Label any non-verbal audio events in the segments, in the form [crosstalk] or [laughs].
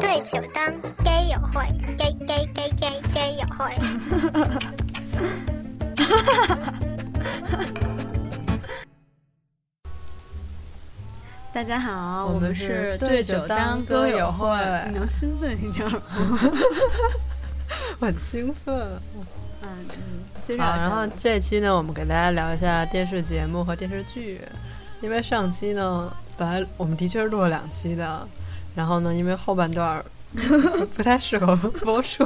對酒當基友會，基基基基基友會。大家好，啊我我们是是对酒当歌友会你能兴奋一点吗？我 [laughs] 很兴奋。嗯，嗯介绍好，一下然后吧这期呢，我们给大家聊一下电视节目和电视剧，因为上期呢，本来我们的确是录了两期的，然后呢，因为后半段 [laughs] 儿不太适合播 [laughs] 出，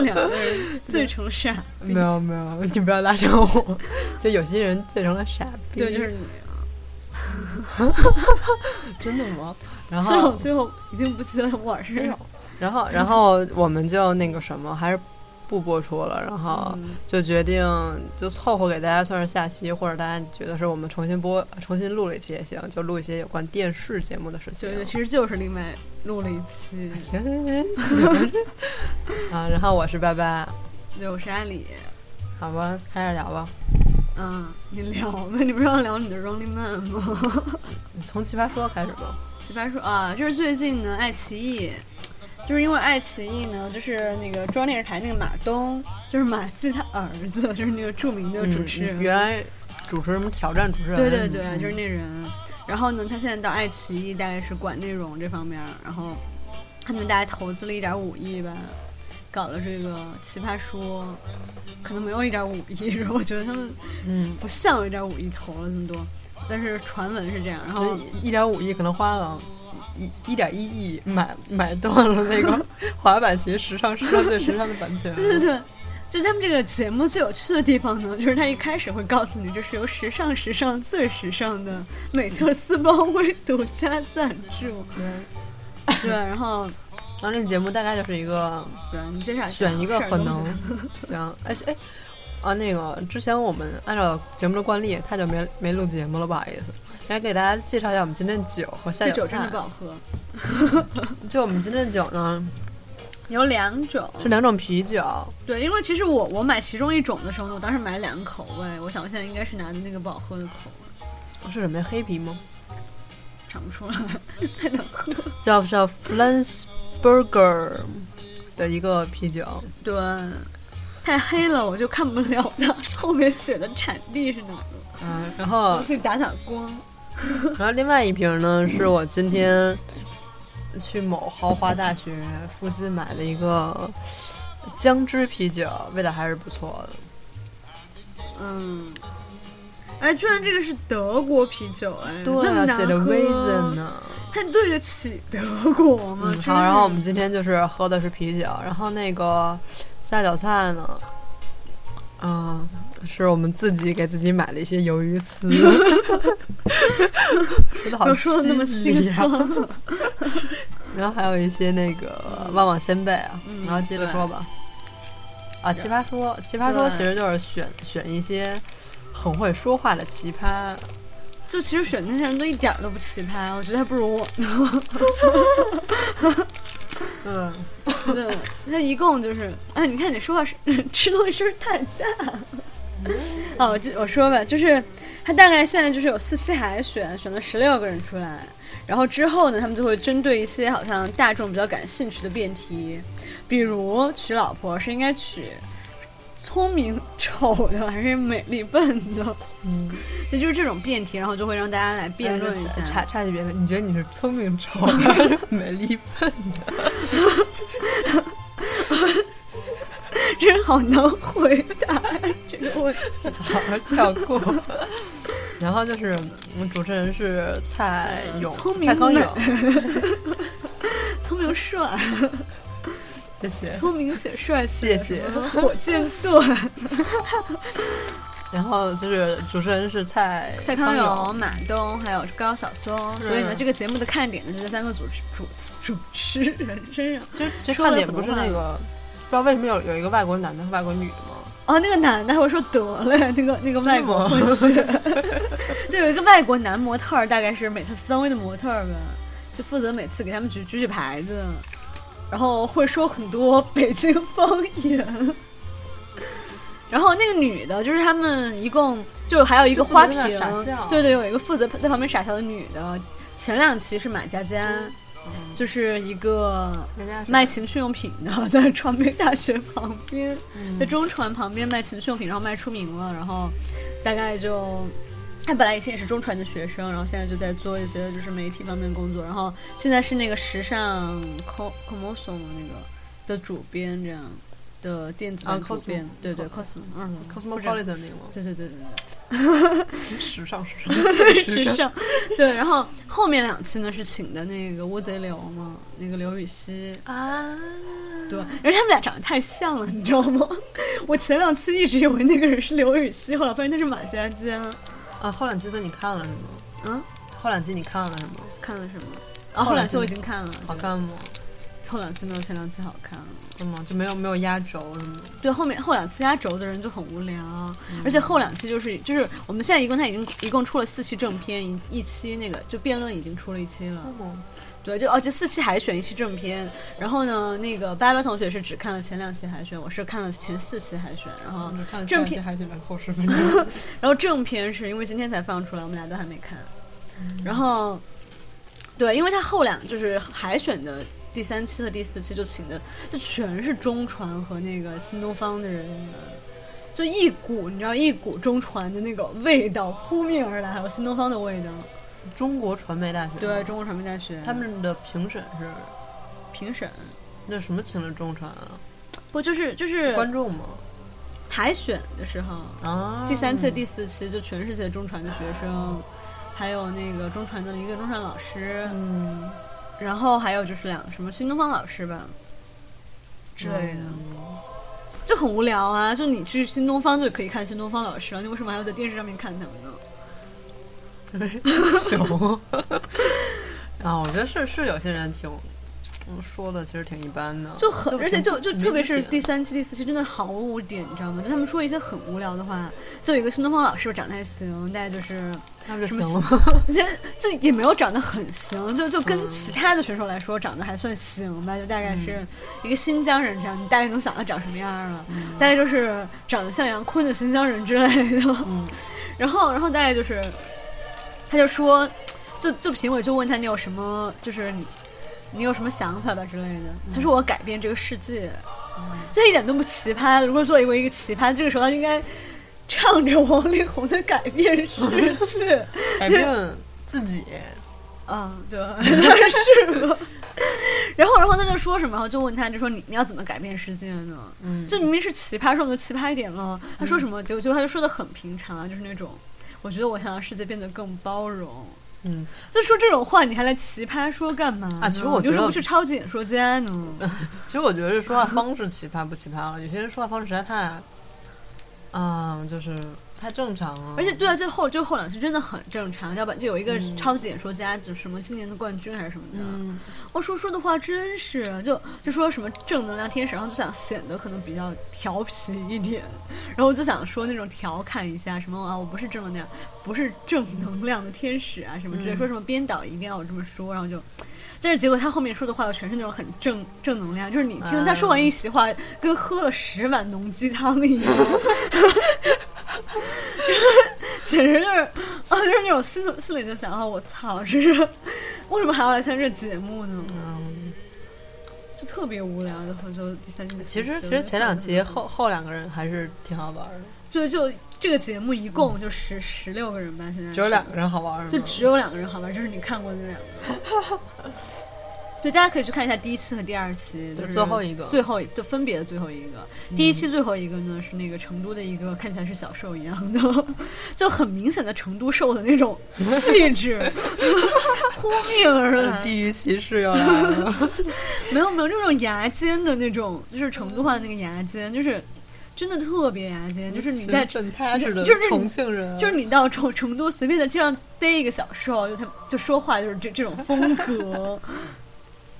两个 [laughs] 人最成傻，没有没有，你不要拉上我，就有些人醉成了傻逼，对，就是你。 [laughs] 真的吗？然所以我后最后已经不记得我是然 [laughs] 后然后我们就那个什么，还是不播出了，然后。嗯就决定就凑合给大家算是下期，或者大家觉得是我们重新播、重新录了一期也行，就录一些有关电视节目的事情对。对，其实就是另外录了一期，行行行行 [laughs] 啊！然后我是拜拜，对，我是阿里。好吧，开始聊吧。嗯，你聊 [laughs] 吧，你不是要聊你的 Running Man 吗？你从奇葩说开始吧。奇葩说啊，就是最近呢，爱奇艺，就是因为爱奇艺呢，就是那个中央电视台那个马东，就是马季他儿子，就是那个著名的主持人，嗯原来主持人什么挑战主持人？嗯对对对，就是是那人。然后呢，他现在到爱奇艺，大概是管内容这方面儿，然后他们大概投资了一点五亿吧，搞了这个《奇葩说》，可能没有一点五亿， [laughs] 然后我觉得他们嗯，不像一点五亿投了这么多，但是传闻是这样。然后一点五亿可能花了。一一点一亿买买断了那 [laughs] 个滑板鞋时尚时尚最时尚的版 [laughs] 权，对对对，就他们这个节目最有趣的地方呢， [laughs] 就是他一开始会告诉你，这是由时尚、时尚、最时尚的美特斯邦威独家赞助。对，然后然后那节目大概就是一个对，你介绍一下选一个事儿很多能吗行，哎是哎，啊那个之前我们按照节目的惯例，太久没没录节目了，不好意思。来给大家介绍一下我们今天的酒和下这酒酒菜真的。不好喝，就我们今天的酒呢，有两种。是两种啤酒，哦对，因为其实我我买其中一种的时候呢，我当时买两个口味，我想我现在应该是拿的那个不好喝的口味，是什么呀？黑啤吗？尝不出 [laughs] 来，太难喝。叫叫 Flansburger 的一个啤酒。对，太黑了，我就看不了它后面写的产地是哪儿了，嗯，然我后自己打打光。然后另外一瓶呢，是我今天去某豪华大学附近买的一个姜汁啤酒，味道还是不错的。嗯，哎，居然这个是德国啤酒，哎，对那啊，么难写的喝 Vision 呢。还对得起德国吗？嗯，真好，然后我们是今天就是喝的是啤酒，然后那个下酒菜呢，嗯，是我们自己给自己买了一些鱿鱼丝， [laughs] 说的 [laughs] 好又说的那么犀心利啊酸，了。然后还有一些那个旺旺仙贝啊，嗯然后接着对说吧。啊，奇葩说，奇葩说其实就是选选一些很会说话的奇葩， [laughs] 就其实选那些人都一点儿都不奇葩，我觉得还不如我呢。嗯，对，那一共就是，哎，你看你说话是 [laughs] 吃东西声儿太大了。啊，我就我说吧，就是他大概现在就是有四期海选，选了十六个人出来，然后之后呢，他们就会针对一些好像大众比较感兴趣的辩题，比如娶老婆是应该娶聪明丑的还是美丽笨的，嗯，哎这就是这种辩题，然后就会让大家来辩论一下。插插一句别的，你觉得你是聪 [laughs] 明丑还是美丽笨的？真好难回答这个问题。好啊 [laughs] 跳过。然后就是我们主持人是蔡勇，嗯聪明蔡康永， [laughs] 聪明帅。谢 [laughs] 谢。聪明且帅气，谢谢火箭队，然后就是主持人是蔡蔡康永、马东还有高晓松，嗯是所以呢，这个节目的看点呢就在三个主持主持主持人身上。就这说了看点普不通是那话个，不知道为什么有有一个外国男的和外国女的吗？哦，那个男的还会说得嘞，那个那个外国真混血， [laughs] 对，有一个外国男模特儿，大概是美特斯邦威的模特儿吧，就负责每次给他们举举举牌子，然后会说很多北京方言。然后那个女的，就是他们一共就还有一个花瓶就负责在那儿傻笑，对对，有一个负责在旁边傻笑的女的。前两期是马佳佳，就是一个人家是卖情趣用品的，在传媒大学旁边，在中传旁边卖情趣用品，然后卖出名了，然后大概就。他本来以前也是中传的学生，然后现在就在做一些就是媒体方面工作，然后现在是那个时尚 Co Cosmo 那个的主编这样的电子版啊主，Cosmo 编，对对 Cosmo Cosmo，嗯 cosmopolitan 那个吗？对对对 [laughs] 对对。时尚时尚时时尚，尚，对。然后后面两期呢是请的那个乌贼流嘛，那个刘禹锡，啊，对。而且他们俩长得太像了，你知道吗？ [laughs] 我前两期一直以为那个人是刘禹锡，后来发现他是马家佳。啊，后两期所以你看了是吗？嗯，后两期你看了是吗？看了什么？啊，后后两两期期我已经看了，好对。看吗？后两期没有前两期好看了。是吗？就没有没有压轴是吗？对，后面后两期压轴的人就很无聊，而且后两期就是就是我们现在一共他已经一共出了四期正片，一一期那个就辩论已经出了一期了。对，就而且四期海选，一期正片。然后呢，那个八八同学是只看了前两期海选，我是看了前四期海选。然后，你看正 [laughs] 正片片还选了后十分钟，然后正片是因为今天才放出来，我们俩都还没看。然后，对，因为他后两就是海选的第三期和第四期就请的就全是中传和那个新东方的人员。就一股你知道一股中传的那个味道扑面而来，还有新东方的味道。中国传媒大学对，中国传媒大学他们的评审是评审，那什么请了中传啊？不就是就是观众吗？海选的时候，啊，第三期、第四期就全是些中传的学生，还有那个中传的一个中传老师，嗯然后还有就是两个什么新东方老师吧之类的，就很无聊啊！就你去新东方就可以看新东方老师啊，你为什么还要在电视上面看他们呢？ [laughs] 穷啊，我觉得是是有些人挺。嗯，说的其实挺一般的，就很，挺而且就就没特别是意见第三期、第四期，真的毫无点，你知道吗？就他们说一些很无聊的话，就有一个新东方老师长得还行，大家就是那不就什么行了吗？ [laughs] 就也没有长得很行，就就跟其他的选手来说，长得还算行吧，就大概是一个新疆人这样，你大概能想到长什么样了，大概就是长得像杨坤的新疆人之类的。嗯 [laughs] 然后，然后大概就是，他就说，就就评委就问他你有什么，就是你你有什么想法吧之类的。他说我改变这个世界，这一点都不奇葩。如果作为一个奇葩，这个时候他应该唱着王力宏的《改变世界》。改变自己，嗯，对， [laughs] 是吧？然后，然后他就说什么，然后就问他，就说你你要怎么改变世界呢？嗯这明明是奇葩，说我们就奇葩一点了。他说什么，结果结果他就说的很平常啊，就是那种，我觉得我想让世界变得更包容。嗯，就说这种话，你还来奇葩说干嘛呢啊其实我你为什觉得么不去超级演说家呢？其实我觉得这说话方式奇葩不奇葩了，有 [laughs] 些人说话方式实在太，嗯，就是太正常了。而且，对啊，最后就后两期真的很正常，要不然就有一个超级演说家，就什么今年的冠军还是什么的，嗯，我说说的话真是，就就说什么正能量天使，然后就想显得可能比较调皮一点，然后我就想说那种调侃一下，什么啊，我不是正能量，不是正能量的天使啊，什么之类，说什么编导一定要我这么说，然后就，但是结果他后面说的话又全是那种很正正能量，就是你听他说完一席话，跟喝了十碗浓鸡汤一样。 [laughs] 简直就是，啊，就是那种心心里就想啊，我操，这是为什么还要来参加这节目呢？嗯就特别无聊的，后就第三期。其实第其四实前两集后后两个人还是挺好玩的，就就这个节目一共就十十六个人吧，现在只有两个人好玩儿是就吗， [laughs] 只有两个人好玩，就是你看过的那两个。对，大家可以去看一下第一期和第二期，对就是最后一个嗯最后就分别的最后一个。第一期最后一个呢是那个成都的一个看起来是小受一样的， [laughs] 就很明显的成都受的那种气质 [laughs] 扑面而来。地域歧视又来了。没有没有那种牙尖的那种，就是成都话的那个牙尖，就是真的特别牙尖，嗯就是你在很踏实的就是你重庆人，就是你到成成都随便在街上逮一个小兽，就他就说话就是这这种风格。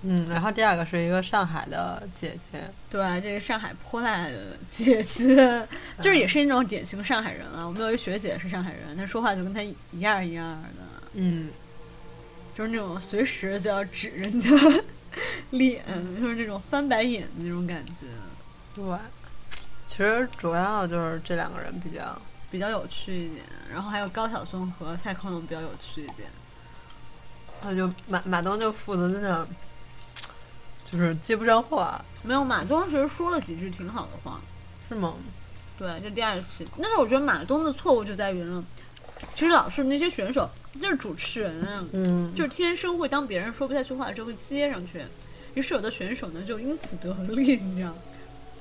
嗯。然后第二个是一个上海的姐姐，对，这个上海泼辣的姐姐，就是也是那种典型上海人啊。我们有一个学姐是上海人，她说话就跟她一样一样的，嗯，就是那种随时就要指人家脸，就是那种翻白眼的那种感觉，对。其实主要就是这两个人比较，比较有趣一点。然后还有高晓松和蔡康永比较有趣一点。他就马马东就负责在那儿，就是接不上话，没有马东其实说了几句挺好的话，是吗？对，这第二期。但是我觉得马东的错误就在于呢，其实老是那些选手，就是主持人啊，嗯，就是天生会当别人说不下去话的时候会接上去，于是有的选手呢就因此得利，你知道吗，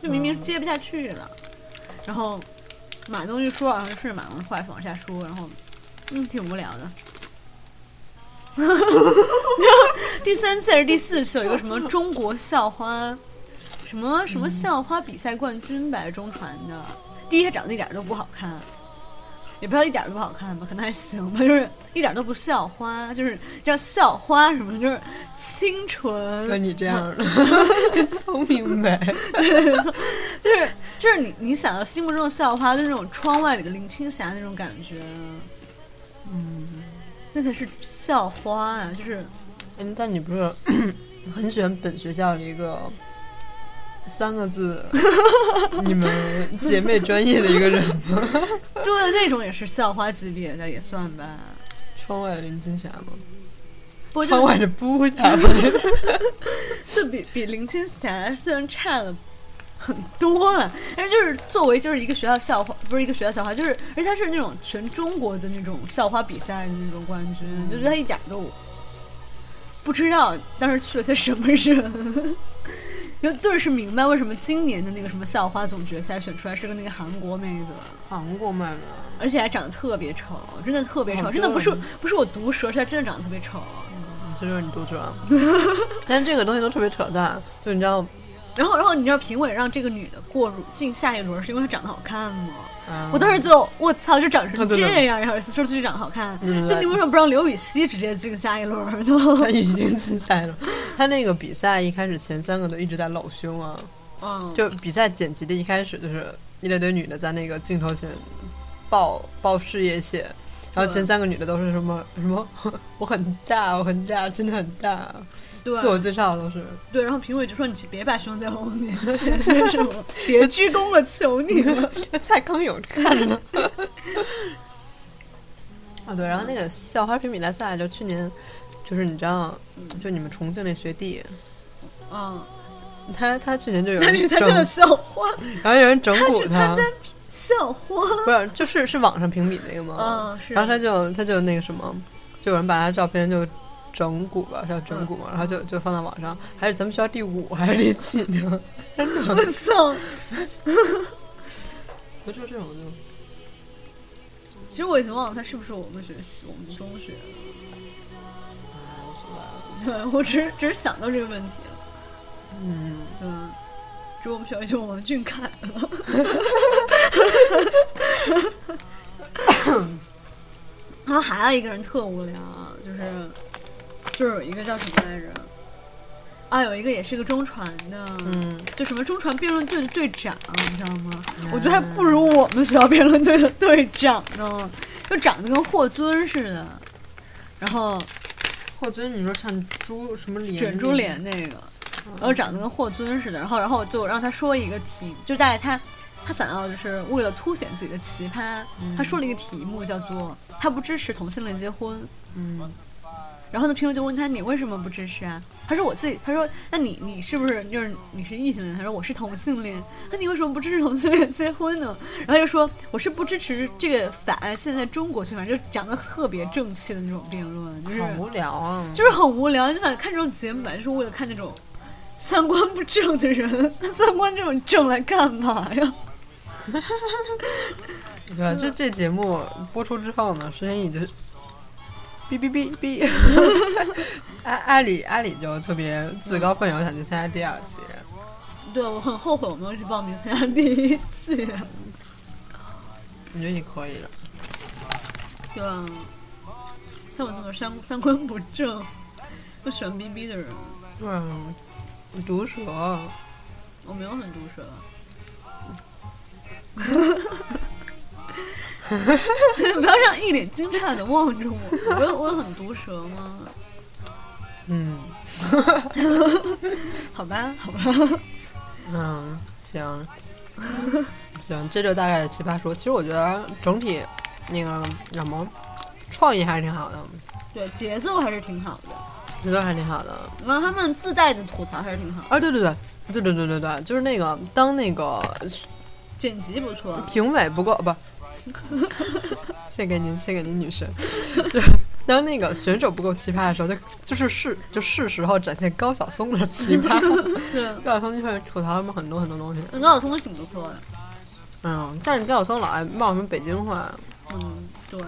就明明接不下去了，然后马东就说好像是马东话往下说，然后嗯挺无聊的。 [laughs] [laughs] 然后第三次还是第四次有一个什么中国校花，什么什嗯么校花比赛冠军吧，中传的。第一，她长得一点儿都不好看，也不知道一点儿都不好看吧，可能还行吧，就是一点儿都不校花，就是叫校花什么，就是清纯，那你这样的 [laughs] 聪明呗，就是就是你你想要心目中的校花，就是那种窗外里的林青霞那种感觉，嗯，那才是校花啊，就是嗯，但你不是很喜欢本学校的一个三个 [laughs] 字，你们姐妹专业的一个人吗？ [laughs] 对那种也是校花级别的，也算吧。 [laughs] 窗外的林青霞吗？不过就窗外的啊布霞吗？ [laughs] 就比比林青霞虽然差了很多了，但是就是作为就是一个学校校花，不是一个学校校花，就是而且她是那种全中国的那种校花比赛的那种冠军，就觉得她一点都不知道当时去了些什么人。 [laughs] 就顿时明白为什么今年的那个什么校花总决赛选出来是个那个韩国妹子了。韩国妹妹，而且还长得特别丑，真的特别哦丑，真真的的不是不是我毒舌，是她真的长得特别丑。这就是你杜撰。 [laughs] 但这个东西都特别扯淡，就你知道，然后，然后你知道评委让这个女的过入进下一轮是因为她长得好看吗？啊我当时就我操，就长成对对对这样，然后说自己长得好看，嗯就你为什么不让刘禹锡直接进下一轮？就他已经进赛了。他那个比赛一开始前三个都一直在露胸啊，嗯，就比赛剪辑的一开始就是一大堆女的在那个镜头前爆爆事业线，然嗯后前三个女的都是什么什么我很大我很大真的很大，自对我介绍都是 [laughs] 对，然后评委就说你别把胸在我面前，为什 [laughs] 么？别鞠躬了，求你了。那蔡康永看着呢。 [laughs] 啊，对，然后那个校花评比大赛就去年，就是你知道，就你们重庆那学弟，嗯，他他去年就有但是人他整真，的校花，然后有人整他去蛊参加校花，不是，就是是网上评比那个吗？嗯是然后他就他就那个什么，就有人把他照片就整蛊吧，是要整蛊嘛，然后就就放到网上，还是咱们学校第五还是第几呢？我 [laughs] 操！不就这种就其实我已经忘了他是不是我们学习我们中学了。对， [laughs] 我只是只是想到这个问题了。嗯，嗯，只是我们学校就王俊凯了。 [laughs] 然后还有一个人特无聊，就是就是有一个叫什么来着？啊，有一个也是个中传的，嗯，就什么中传辩论队的队长，你知道吗？我觉得还不如我们学校辩论队的队长呢，就长得跟霍尊似的，然后霍尊，你说像猪什么脸卷珠帘那个，然后长得跟霍尊似的，然后然后就让他说一个题，就大概他他想要就是为了凸显自己的奇葩，他说了一个题目叫做他不支持同性恋结婚，嗯，然后呢，评论就问他你为什么不支持啊？他说我自己，他说那你你是不是就是你是异性恋？他说我是同性恋。那你为什么不支持同性恋结婚呢？然后就说我是不支持这个法案现在中国推翻，就讲的特别正气的那种辩论，就是好无聊啊！就是很无聊，就想看这种节目，就是为了看那种三观不正的人，那三观这么正来干嘛呀？对吧？这这节目播出之后呢，时间已经哔哔哔哔， [laughs] 阿阿里阿里就特别自告奋勇想去参加第二期，对我很后悔我没有去报名参加第一季，我觉得你可以了。对吧？像我这种三三观不正、又喜欢逼逼的人，嗯，毒舌，我没有很毒舌。啊 [laughs] 不要这样一脸惊诧的望着我，我有我有很毒舌吗？嗯好吧，好吧。嗯，行 [laughs] 行，这就大概是嗯奇葩说。其实我觉得整体那个什么创意还是挺好的，对，节奏还是挺好的，节奏还挺好的。然后他们自带的吐槽还是挺好的，啊，对对对，对对对对对，就是那个当那个剪辑不错，评委不够，不， [laughs] 谢给您，谢给您女士。就是当那个选手不够奇葩的时候，就就是是就是时候展现高晓松的奇葩。对，高晓松就会吐槽他们很多很多东西，高晓松挺不错的，嗯，但是高晓松老爱冒什么北京话，嗯，对，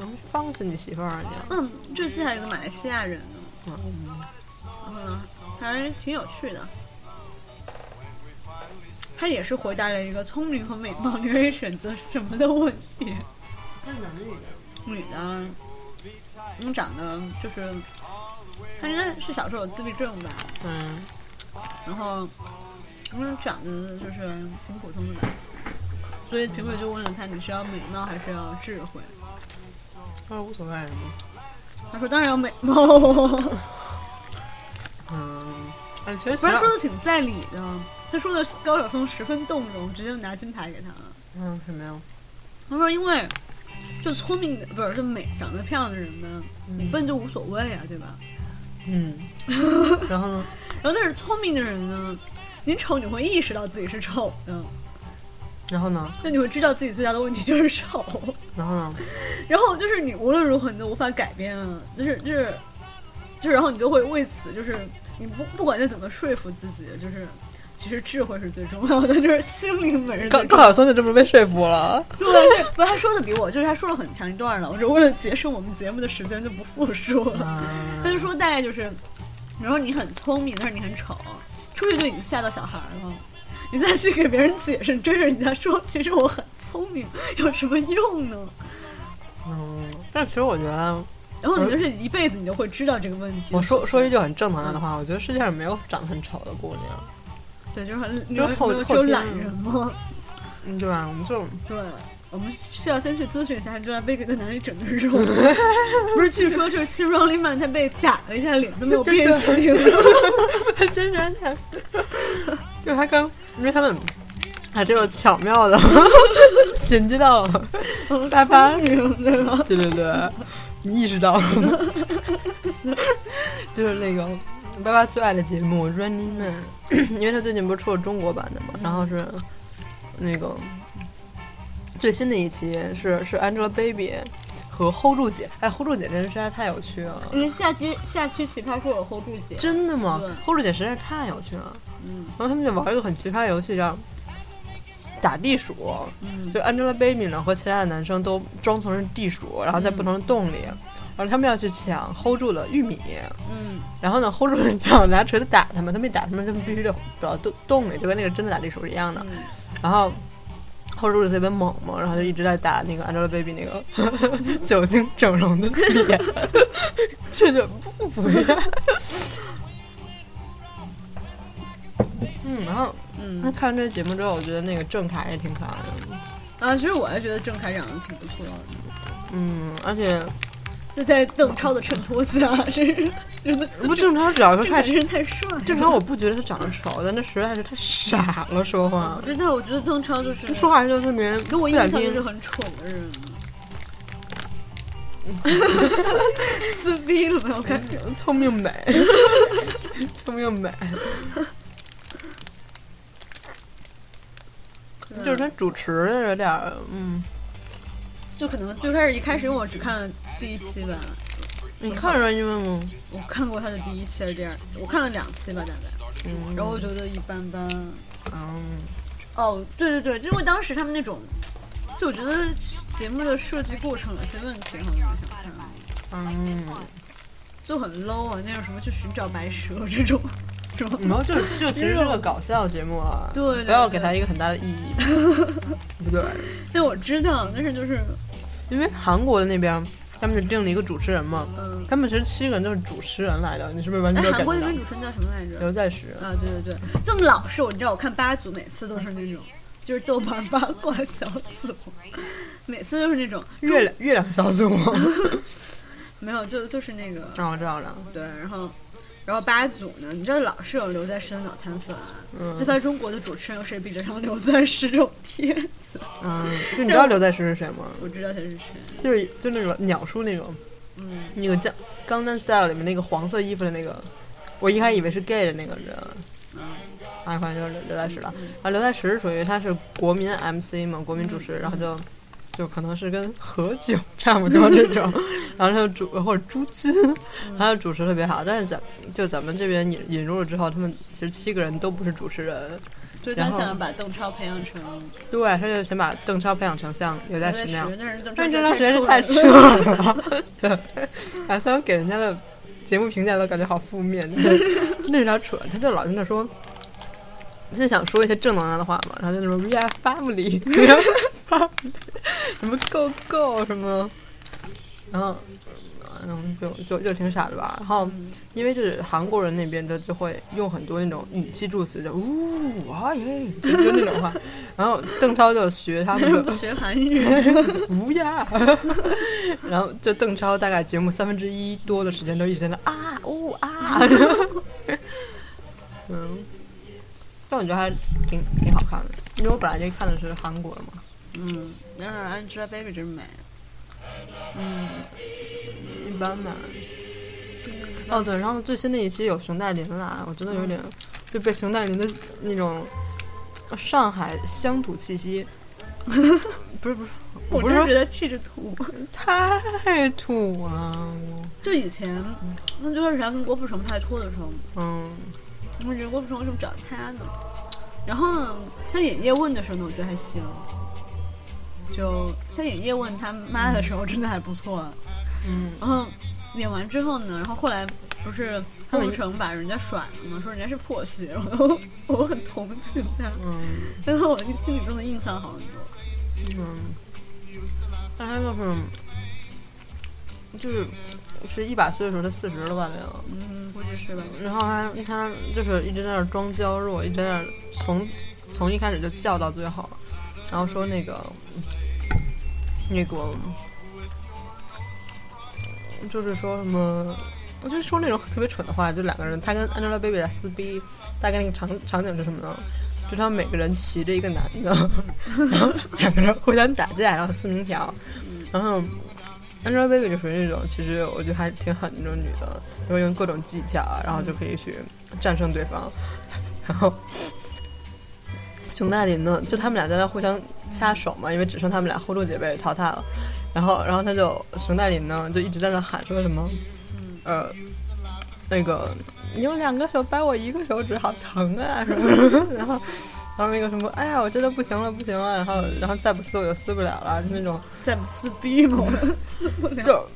嗯放肆你媳妇儿啊你！嗯，这期还有一个马来西亚人呢，嗯嗯，还是挺有趣的。他也是回答了一个聪明和美貌，你可以选择什么的问题。女的，啊嗯，长得就是，她应该是小时候有自闭症吧，嗯，然后，嗯，长得就是挺普通的吧，所以评委就问了她，你是要美貌还是要智慧？他说无所谓什么，她说当然要美貌，嗯，哎，其实不小是说的挺在理的，她说的高晓松十分动容，直接就拿金牌给她了。嗯什么呀？他说因为就聪明的不是就美长得漂亮的人们，你笨就无所谓啊，对吧？嗯， [laughs] 然后呢？然后但是聪明的人呢，你丑你会意识到自己是丑的，然后呢？就你会知道自己最大的问题就是 [laughs] 丑，然后呢？然后就是你无论如何你都无法改变啊，就是就是就然后你就会为此就是你不不管再怎么说服自己，就是。其实智慧是最重要的，就是心灵美是高最高重要的。晓松就这么被说服了。对，对不，他说的比我，就是他说了很长一段了，我就为了节省我们节目的时间就不复述了。嗯他就说大概就是，比如说你很聪明，但是你很丑，出去就已经吓到小孩儿了。你再去给别人解释，你追着人家说，其实我很聪明，有什么用呢？嗯，但其实我觉得，然后你就是一辈子你就会知道这个问题。我说说一句很正常的话，我觉得世界上没有长得很丑的姑娘，对，就是很就就是后只后有天懒人吗？嗯，对吧？我们 [laughs] 就对，我们需要先去咨询一下 Angelababy 在哪里整的 [laughs] 肉。不是，据说就是去 Rolling Man，他被打了一下脸都没有变形。竟然还，就是他刚，因为他们还这种巧妙的 [laughs] 衔接到 [laughs] 了，拜拜。对吧？对对对，你意识到了吗？ [laughs] 就是那个爸爸最爱的节目《Running Man》，因为他最近不是出了中国版的嘛，然后是那个最新的一期是是 Angelababy 和 Hold 住姐，哎，Hold 住姐真是实在太有趣了。因为下期下期奇葩说有 hold 住姐，真的吗对？hold 住姐实在是太有趣了。嗯然后他们就玩一个很奇葩的游戏，叫打地鼠。嗯就 Angelababy 呢和其他的男生都装成是地鼠，然后在不同的洞里，然后他们要去抢 hold 住了玉米，嗯，然后呢 hold 住人就要拿锤子打他们，他们一打他们，他们必须得躲到洞洞里，就跟那个真的打地鼠是一样的。嗯然后 hold 住了特别猛嘛，然后就一直在打那个 Angelababy 那个 [laughs] 酒精整容的脸， [laughs] 这就不服呀。嗯，然后嗯那看完这个节目之后，我觉得那个郑恺也挺可爱的。啊，其实我还觉得郑恺长得挺不错的，嗯，而且就在邓超的衬托下，真是真的不正常，主要是郑太恺真是太帅了。正常，我不觉得他长得丑，但他实在是太傻了，说话我，真的，我觉得邓超就是说话就特别给我印不象想就是听。很丑的人。 [laughs] 撕啊逼了没有？开始聪明美，聪明美， [laughs] 就是他主持的有点儿，嗯，就可能最开始一开始，因为我只看了第一期吧，你看着因为吗？我看过他的第一期还是第二，我看了两期吧，大概，嗯，然后我觉得一般般。嗯，哦，对对对，因为当时他们那种，就我觉得节目的设计过程有些问题，很想看，嗯，就很 low 啊，那种什么去寻找白蛇 [laughs] 这种，这种，然后就就其实是个搞笑节目了，对对对不要给他一个很大的意 [laughs] 义，不对。但我知道，但是就是，因为韩国的那边，他们就定了一个主持人嘛，嗯、他们其实七个人都是主持人来的，你是不是完全哎 [laughs] 没，有韩感国觉那到边？主持人叫什么来着？刘在石，啊，对对对，这么老实，我知道，我看八组每次都是那种，就是豆瓣八卦小组，每次都是那种月亮月亮小组，哦没有，就就是那个让我知道了，对，然后。然后八组呢？你知道老是有刘在石的脑残粉啊、嗯就在中国的主持人有谁比得上刘在石这种天 [laughs] 才？嗯，就你知道刘在石是谁吗？我知道他是谁。就是就那个鸟叔那种，嗯，那个《江江南 Style》里面那个黄色衣服的那个，我一开始以为是 gay 的那个人，啊，反正就是刘刘在石了。啊，刘在石是属于他是国民 MC 嘛，国民主持，然后就就可能是跟何炅 [laughs] 差不多这 [laughs] 种，然后他就主或者朱军，他就主持特别好。但是咱就咱们这边引引入了之后，他们其实七个人都不是主持人，就是然他后想要把邓超培养成对，他就想把邓超培养成像刘在石那样。但是邓超但真真的的实在是实是太太扯蠢了。了。对， [laughs] 啊，虽然给人家的节目评价都感觉好负 [laughs] 面，但是真的有点蠢。他就老在那说，他就想说一些正能量的话嘛，然后就那种 We are [laughs] family，We are family，什么 Go Go 什么，然后。嗯，就就就挺傻的吧。然后，因为就是韩国人那边的，就会用很多那种语气助词，就呜啊耶，就就那种话。然后邓超就学他们的 [laughs] 学韩语，无呀， [laughs] 然后就邓超大概节目三分之一多的时间都一直在那啊呜、啊， [laughs] 嗯，但我觉得还挺挺好看的，因为我本来就看的是韩国的嘛，嗯，但是 Angelababy 真美。一般吧。哦对，然后最新的一期有熊黛林啦，我真的有点就被熊黛林的那种呃上海乡土气 [laughs] 息，不是不是，我不真是说觉得气质土。太土了，就以前，那就是咱跟郭富城拍拖的时候，嗯。我觉得郭富城为什么找他呢？然后呢他演叶问的时候呢，我觉得还行。就他演叶问他妈的时候，真的还不错。嗯，然后演完之后呢，然后后来不是他郭们富城把人家甩了嘛，说人家是破鞋，然后我很同情他。嗯但是我心里中的印象好很多。嗯，但他就是就是是一百岁的时候，他四十了吧得，嗯，估计是吧。然后他他就是一直在那儿装娇弱，一直在那儿从从一开始就叫到最后，然后说那个那个就是说什么。我就是说那种特别蠢的话，就两个人，他跟 Angelababy 在撕逼，大概那个场场景是什么呢？就他们每个人骑着一个男的， [laughs] 然后两个人互相打架，然后撕名条，然后 Angelababy 就属于那种，其实我觉得还挺狠的那种女的，就会用各种技巧，然后就可以去战胜对方。然后熊黛林呢，就他们俩在那互相掐手嘛，因为只剩他们俩，后路姐被淘汰了。然后，然后他就熊黛林呢，就一直在那喊说什么，呃，那个你用两个手掰我一个手指，好疼啊什么 [laughs] 什么。然后，然后那个什么，哎呀，我真的不行了，不行了。然后，然后再不撕我就撕不了了，就那种。在撕逼嘛，我撕不了。就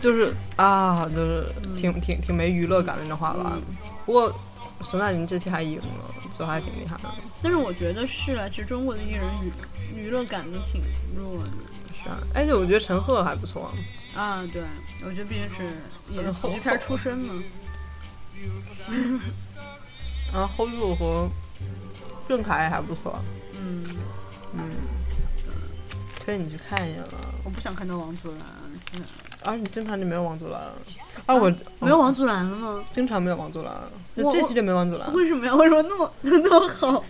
就是啊，就是嗯挺挺挺没娱乐感的那种话吧。不过熊黛林这期还赢了，就还挺厉害的。但是我觉得是啊，其实中国的艺人娱娱乐感都挺弱的是啊，而且我觉得陈赫还不错。啊。对，我觉得毕竟是呃演喜剧片出身嘛。然后侯宇和郑恺也还不错，嗯，推荐你去看一眼了。我不想看到王祖蓝，啊现在而且你经常就没有王祖蓝，而我啊嗯没有王祖蓝了吗？经常没有王祖蓝，就我这期就没王祖蓝。为什么呀？为什么那么 [laughs] 那么好？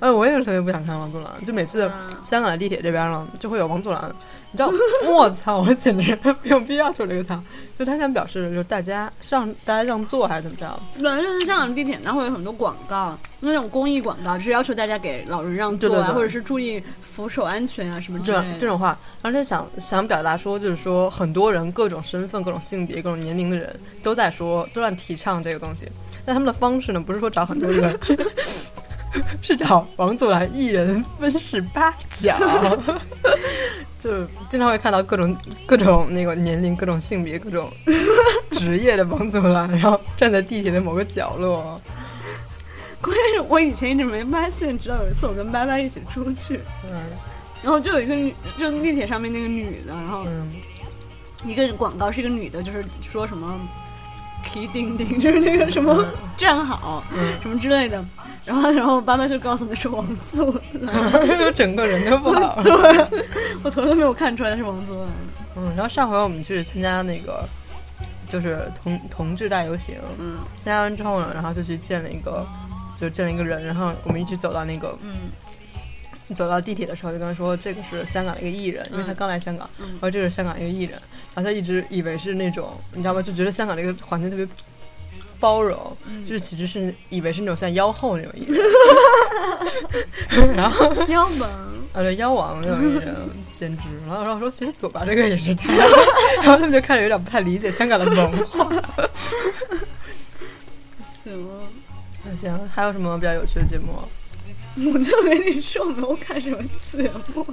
哎，我也是特别不想看王祖蓝，就每次啊香港的地铁这边呢，就会有王祖蓝，你知道，我操，我简直 [laughs] 没有必要说这个操，就他想表示就是大家让大家让座还是怎么着？对，就是香港地铁那会有很多广告，那种公益广告，就是要求大家给老人让座啊，对对对或者是注意扶手安全啊什么之这类种的。这种话，然后他想想表达说，就是说很多人各种身份、各种性别、各种年龄的人都在说，都在提倡这个东西，但他们的方式呢，不是说找很多人， [laughs] 是是找王祖蓝一人分饰八角，就是经常会看到各种各种那个年龄、各种性别、各种职业的王祖蓝，然后站在地铁的某个角落，关键是我以前一直没发现，直到有一次我跟爸爸一起出去，嗯然后就有一个女，就地铁上面那个女的，然后嗯， [laughs] 一个广告是一个女的，就是说什么“提丁丁”，就是那个什么站好、嗯什么之类的。然后，然后我爸妈就告诉我那是王祖蓝，整个人都不好了。对， [laughs] 我从来都没有看出来是王祖蓝。嗯，然后上回我们去参加那个就是同同志大游行，嗯参加完之后呢，然后就去见了一个，就见了一个人，然后我们一起走到那个嗯走到地铁的时候，就跟他说这个是香港的一个艺人，因为他刚来香港，然后这个是香港一个艺人，然好像一直以为是那种，你知道吗？就觉得香港这个环境特别包容，就是其实是以为是那种像妖后那种艺人，然后要么啊对妖王那种艺 [laughs] 人，简直了。然后我说其实左吧这个也是 [laughs] 他，然后他们就开始有点不太理解香港的文化。不行啊，那 [laughs] 行，还有什么比较有趣的节目？我就跟你说没有看什么节目，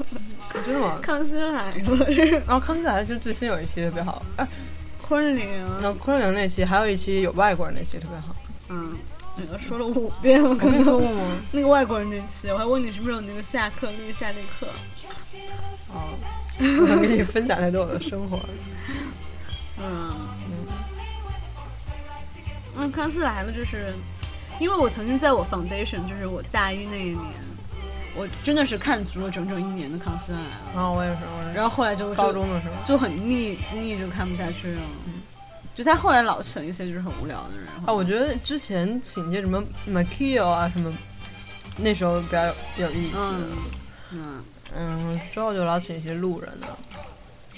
真的吗？《康熙来了》是然后康熙来了，就最新有一期特别好，哎，昆凌，那昆凌那期，还有一期有外国人那期特别好。嗯，你都说了五遍，我我刚跟你刚说过吗？那个外国人那期，我还问你是不是有那个下课那个夏令课， [laughs] 哦，我想跟你分享太多我的生 [laughs] 活。嗯，嗯，康熙来了就是，因为我曾经在我 foundation，就是我大一那一年，我真的是看足了整整一年的康熙来了，然后哦我也是，我然后后来就是高中的时候。就很腻腻，就看不下去了。就他后来老请一些就是很无聊的人，然啊，后我觉得之前请些什么 Makio 啊什么，那时候比较有有意思。嗯，嗯，之后就老请一些路人啊的，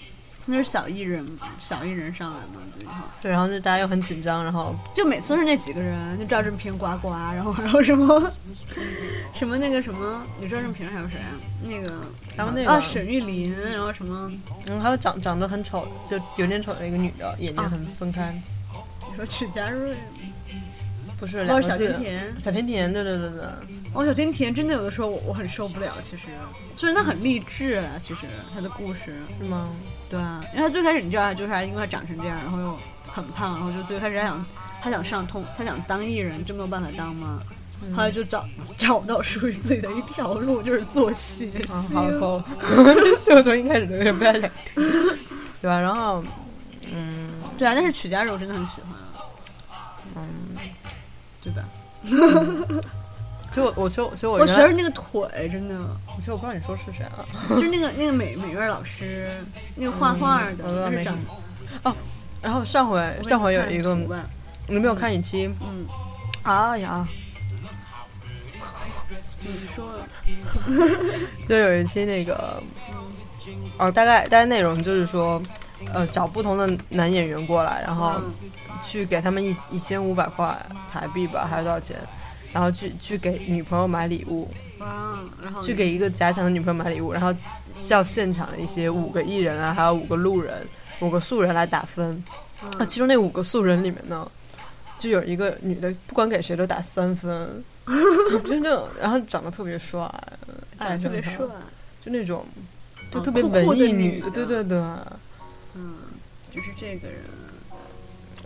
那是小艺人，小艺人上来嘛，对吧对，然后就大家又很紧张，然后就每次都是那几个人，就赵正平、呱呱，然后还有什么 [laughs] 什么那个什么，有赵正平还有谁啊？那个还有那个啊沈玉琳，然后什么嗯，还有长长得很丑，就有点丑的一个女啊的，眼睛很分开，你说曲家瑞，不是或两者个哦小字甜，甜，小甜甜，对对对对，哦小甜甜真的有的时候我我很受不了，其实就是他很励志啊，其实他的故事，是吗？对啊，因为他最开始你知道他就是因为他长成这样，然后又很胖，然后就最开始他想他想上通，他想当艺人，就没有办法当嘛。嗯后来就找找到属于自己的一条路，就是做戏。啊，戏好 [laughs] 啊了，够了，我从一开始就有点不太 [laughs] 想，对吧？然后，嗯，对啊，但是曲家人我真的很喜欢啊，嗯，对吧？就我我就就我我原学来着那个腿，真的其实我不知道你说是谁啊？就是那个那个美美院老师，那个画画的，我知道就没是长看然后上回嗯上回有一个，你没有看一期？嗯，啊呀，你说 [laughs] 就有一期那个，嗯哦，大概大概内容就是说，呃，找不同的男演员过来，然后嗯去给他们一一千五百块台币吧，还是多少钱？然后去去给女朋友买礼物，哇，然后去给一个假想的女朋友买礼物，然后叫现场的一些五个艺人啊，还有五个路人、五个素人来打分。嗯啊，其中那五个素人里面呢，就有一个女的，不管给谁都打 [laughs] 三分，真的，然后长得特别帅，哎特别爱上帅他，就那种就嗯特别酷酷文的艺女女的对对对，嗯，就是这个人。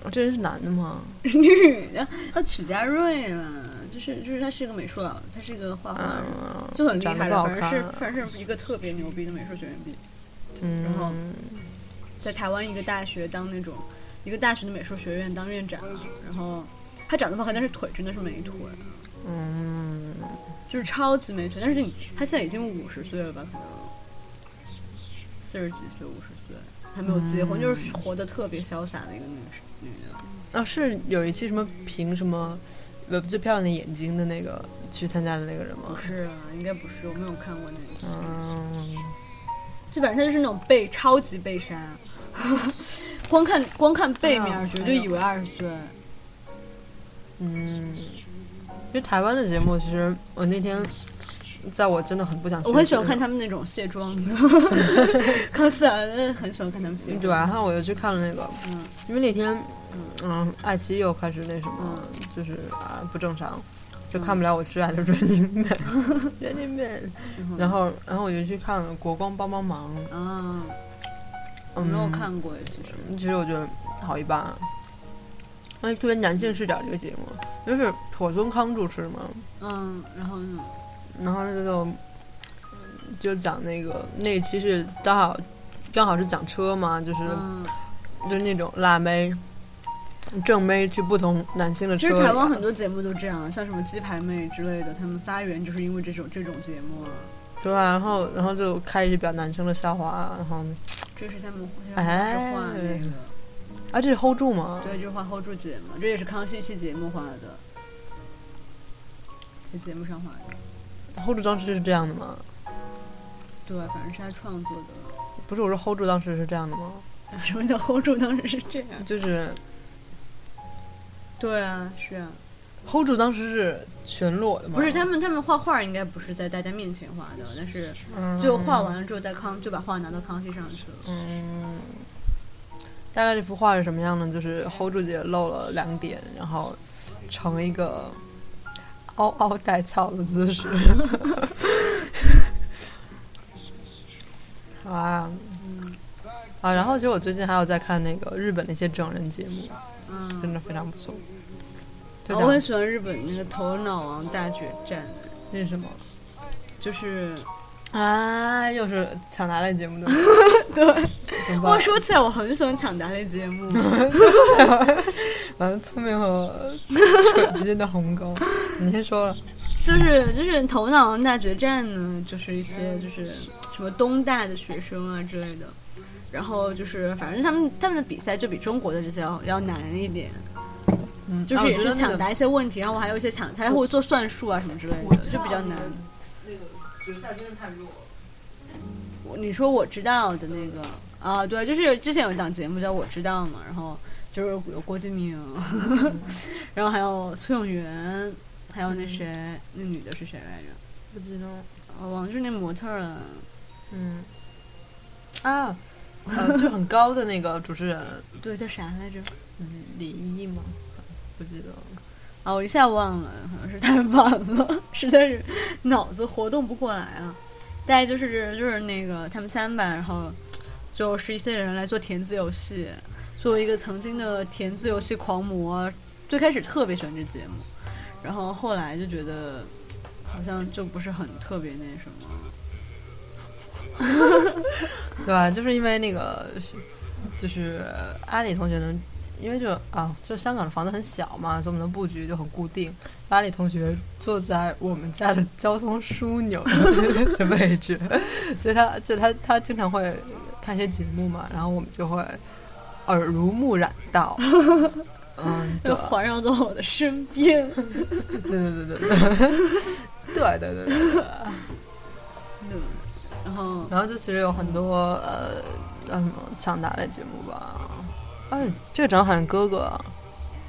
[laughs] 这人是男的吗？是女的，她曲家瑞啦，就是就是她是个美术老，她是个画画嗯人，就很厉长得害不的，反正好是看反正是一个特别牛逼的美术学院毕业，然后嗯，在台湾一个大学当那种一个大学的美术学院当院长，然后她长得不好看，但是腿真的是美腿，嗯，就是超级美腿，但是你她现在已经五十岁了吧，可能四十几岁五十岁还没有结嗯婚，就是活得特别潇洒的一个女生女的。啊，是有一期什么评什么。呃最漂亮的眼睛的那个去参加的那个人吗不？是啊，应该不是，我没有看过那一期。嗯，就反正他就是那种背超级背山， [laughs] 光看光看背面哎儿呦绝对以为二十岁。嗯，其实台湾的节目，其实我那天在我真的很不想去，我很喜欢看他们那种卸妆的， [laughs] 康熙来了很喜欢看他们卸妆。嗯，对吧？然后我就去看了那个，嗯因为那天，嗯，爱奇艺又开始那什么嗯，就是啊不正常，就看不了我挚爱的 [laughs] Running Man，Running Man，嗯然后然后我就去看了《国光帮帮忙》，啊，我嗯，哦没有，看过其实。其实我觉得好一般。哎，特别男性视角这个节目，就是妥宗康主持嘛，嗯，然后呢？然后就就就讲那个那一期是刚好刚好是讲车嘛，就是、嗯，就那种辣妹、正妹去不同男性的其车实里台湾很多节目都这样，像什么鸡排妹之类的，他们发源就是因为这种这种节目啊，对啊，然后然后就开一些比较男生的笑话，然后这是他们这是哎画那个，啊这是 hold 住吗？对，就是画 hold 住姐嘛，这也是康熙一期节目画的，在节目上画的。 hold 住当时是这样的吗？对，反正是他创作的。不是，我说 hold 住当时是这样的吗？ [laughs] 什么叫 hold 住？当时是这样。就是对啊，是啊， hold 住当时是全裸的吗？不是他们他们画画应该不是在大家面前画的，但是嗯，就画完了之后，在康就把画拿到康熙上去了。嗯，大概这幅画是什么样呢？就是 hold 住姐露了两点，然后成一个嗷嗷待翘的姿势。 [laughs] 好啊，啊，然后其实我最近还有在看那个日本的一些整人节目，真嗯，的非常不错。就哦我很讲喜欢日本那个头脑王大决战，那什么就是啊，又是抢答类节目的， [laughs] 对。怎么我办？说起来，我很喜欢抢答类节目。 [laughs] 反正聪明和 [laughs] 蠢之间的鸿沟，你先说了。就是就是头脑王大决战呢，就是一些就是什么东大的学生啊之类的，然后就是反正他们他们的比赛就比中国的这些要要难一点，嗯，就啊是也我觉是得那抢个答一些问题，然后我还有一些抢，他还会做算术啊什么之类我的，知就道比较难。那个决赛真是太弱了。我你说我知道的那个啊，对，就是之前有一档节目叫《我知道》嘛，然后就是有郭敬明， [laughs] 然后还有崔永元，还有那谁，那女的是谁来着？不知道。我哦忘了，就是那模特儿了。嗯。啊，呃，就很高的那个主持人对，叫啥来着？李毅吗？不记得了。啊，我一下忘了，可能是太晚了，实在是脑子活动不过来了。大概就是就是那个他们三吧，然后就是一些人来做填字游戏。作为一个曾经的填字游戏狂魔，最开始特别喜欢这节目，然后后来就觉得好像就不是很特别那什么。对吧？就是因为那个，就是阿里同学呢，因为就啊，就香港的房子很小嘛，所以我们的布局就很固定。阿里同学坐在我们家的交通枢纽的 [laughs] 位置，所以他就他他经常会看一些节目嘛，然后我们就会耳濡目染到。嗯，对就，环绕到我的身边，对对对对 [laughs] 对，对对对对对。对，然后然后就其实有很多呃叫什么抢答类节目吧，哎，这个长得好像哥哥啊，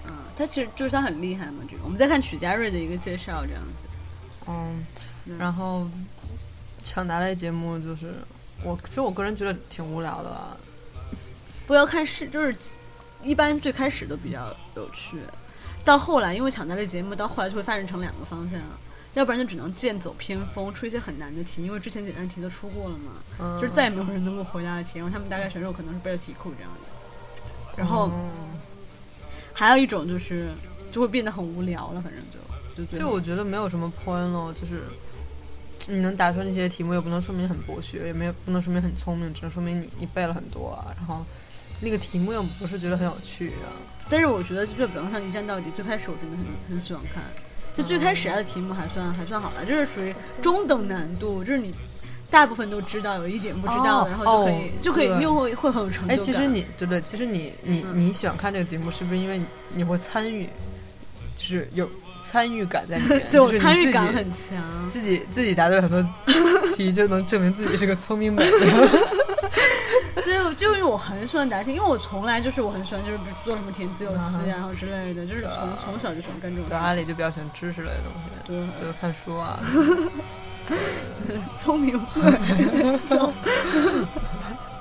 嗯，他其实就是他很厉害嘛，这个我们在看曲家瑞的一个介绍，这样子。嗯嗯，然后抢答类节目就是我，其实我个人觉得挺无聊的啦。不要看是就是，一般最开始都比较有趣，到后来因为抢答类节目，到后来就会发展成两个方向了。要不然就只能剑走偏锋，出一些很难的题，因为之前简单题都出过了嘛，嗯、就是再也没有人能够回答的题，然后他们大概选手可能是背了题库这样的。然后嗯还有一种就是就会变得很无聊了，反正就就最就后我觉得没有什么 point 咯，就是你能答出那些题目，也不能说明很博学，也没有不能说明很聪明，只能说明你你背了很多啊。然后那个题目又不是觉得很有趣啊。但是我觉得就比方像一站到底，最开始我真的很很喜欢看，就嗯最开始来的题目还算还算好吧，就是属于中等难度，就是你大部分都知道，有一点不知道的，哦然后就可以、哦就可以对又会会很有成就哎，感。其实你对对，其实你你嗯你喜欢看这个节目，是不是因为你你会参与，就是有参与感在里面？ [laughs] 对就我是你参与自感己很强， [laughs] 自己自己答对很多题，就能证明自己是个聪明鬼。对，我就是我很喜欢答题，因为我从来就是我很喜欢就是比如做什么填字游戏啊，嗯然后之类的，就是从从小就喜欢干这种对，事。阿里就比较喜欢知识类的东西，对，就是看书啊。聪明嘛，聪明鬼，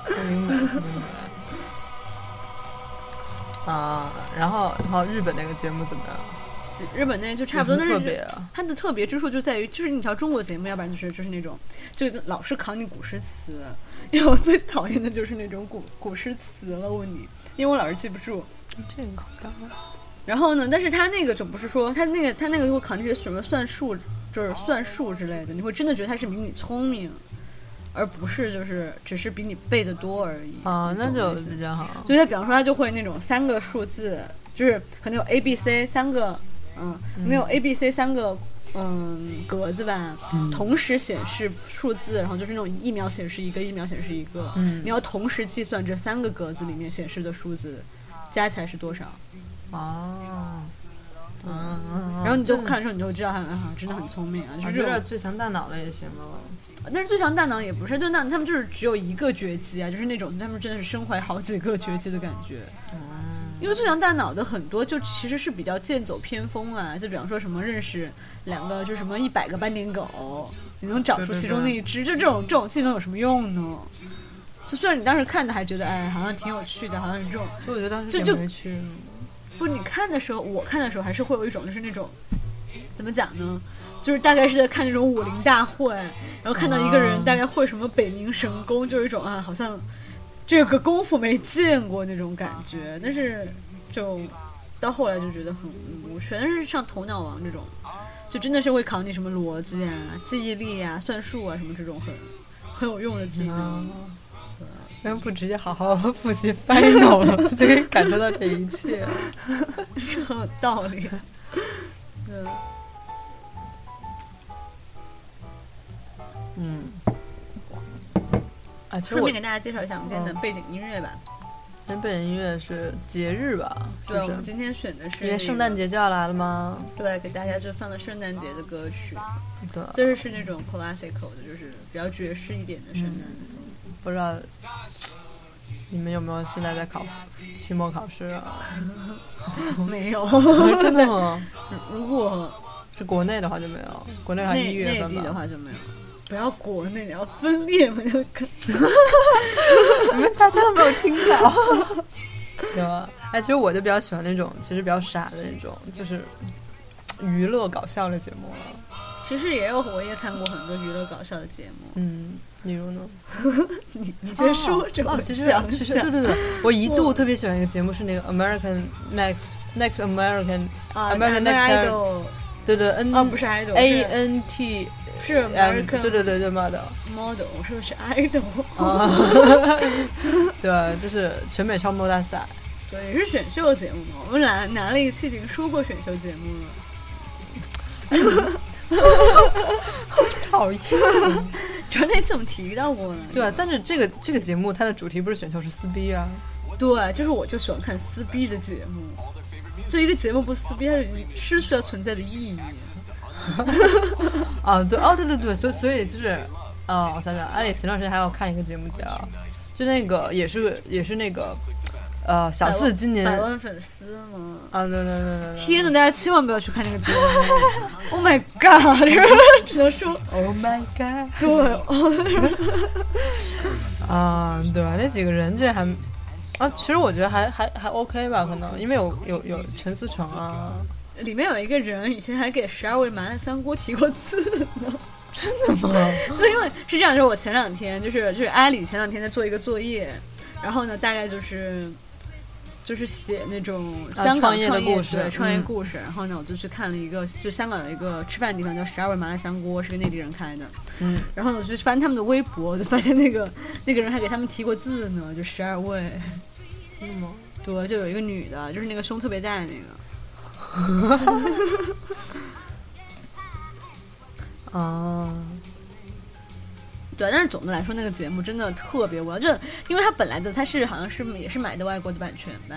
聪明鬼。啊，然后然后日本那个节目怎么样？日本那就差不多，有但什么是特别啊。它的特别之处就在于，就是你瞧中国节目，要不然就是就是那种，就老是考你古诗词，因为我最讨厌的就是那种古古诗词了，问你，因为我老是记不住。这个好像然后呢，但是他那个就不是说他那个他那个会考那些什么算术，就是算术之类的，你会真的觉得他是比你聪明，而不是就是只是比你背的多而已。啊，那你懂就我意思比较好。就像比方说，他就会那种三个数字，就是可能有 A、B、C 三个，嗯，可能有 A、B、C 三个，嗯，格子吧，同时显示数字，然后就是那种一秒显示一个，一秒显示一个，嗯你要同时计算这三个哦格子里面显示的数字加起来是多少。啊，然后你就看的时候，你就知道他啊，真的很聪明啊，就我是觉这得种。最强大脑了也行吧。但是最强大脑也不是，就那他们就是只有一个绝技啊，就是那种他们真的是身怀好几个绝技的感觉。因为最强大脑的很多就其实是比较剑走偏锋啊，就比方说什么认识两个就什么一百个斑点狗，你能找出其中那一只，就这种这种技能有什么用呢？就虽然你当时看的还觉得哎好像挺有趣的，好像是这种所以我觉得当时就挺就没趣的。不，你看的时候，我看的时候还是会有一种就是那种，怎么讲呢？就是大概是在看那种武林大会，然后看到一个人啊大概会什么北冥神功，就有一种啊，好像这个功夫没见过那种感觉。但是就到后来就觉得很无趣，但是像头脑王这种，就真的是会考你什么逻辑啊、记忆力啊、算术啊什么这种很很有用的技能。啊，为什么不直接好好复习 final 了， [laughs] 就可以感受到这一切？很 [laughs] 有道理。啊嗯，嗯，啊，其实顺我便给大家介绍一下我们今天嗯的背景音乐吧。今天背景音乐是节日吧？是对，不我们是？今天选的是因为圣诞，节就要来了吗？对，给大家就放的圣诞节的歌曲，对，就是是那种 classical 的，就是比较爵士一点的圣诞。不知道你们有没有现在在考期末考试 [laughs] 啊？没有，真的吗？ [laughs] 如果是国内的话就没有，国内好像一内月内份地的 [laughs] 吧。话就没有。不要国内，你要分裂嘛，就可大家都没有听到， [laughs] 对吧？哎，其实我就比较喜欢那种，其实比较傻的那种，就是娱乐搞笑的节目了。其实也有，我也看过很多娱乐搞笑的节目。嗯，例如呢？ [laughs] 你你先说着，哦，我其实想其实想对对 [laughs] 对，我一度特别喜欢一个节目是那个 American Next Next American，啊 American Next Star- Idol，对对 N 哦，不是 idol， A 是 N T，是嗯， American 对对对对妈 [laughs] 的 model，我说的是 [laughs] idol，啊，对，就是全美超模大 [laughs] 赛，对，也是选秀节目嘛。我们俩拿了一期已经说过选秀节目了。 [laughs] 讨厌。主要那次我们提到过了，对，但是这个这个节目它的主题不是选秀是撕逼啊，对，就是我就喜欢看撕逼的节目，就一个节目不撕逼，它就失去了存在的意义。啊，对，哦，对对对，所以所以就是，哦，我想想，哎，前段时间还有看一个节目叫，就那个也是也是那个，呃，小百万四今年百啊，万粉丝嘛，对对对对对天呐，大家千万不要去看这个节目 [laughs] ！Oh my [laughs] god，只能说，Oh my god，对哦，啊，对，那几个人竟然还，啊，其实我觉得还还还 OK 吧，可能因为有有有陈思诚啊，里面有一个人以前还给十二味麻辣香锅提过字呢。 [laughs] [laughs] 就因为是这样，就是我前两天就是就是艾里前两天在做一个作业，然后呢，大概就是就是写那种啊香港创业的对故事创业嗯故事。然后呢，我就去看了一个，就香港有一个吃饭的地方叫十二味麻辣香锅，是个内地人开的。嗯，然后呢，我就翻他们的微博，我就发现那个那个人还给他们提过字呢，就十二味。是吗？对，就有一个女的，就是那个胸特别大的那个。啊，对，但是总的来说，那个节目真的特别无聊，就因为它本来的它是好像是也是买的外国的版权吧。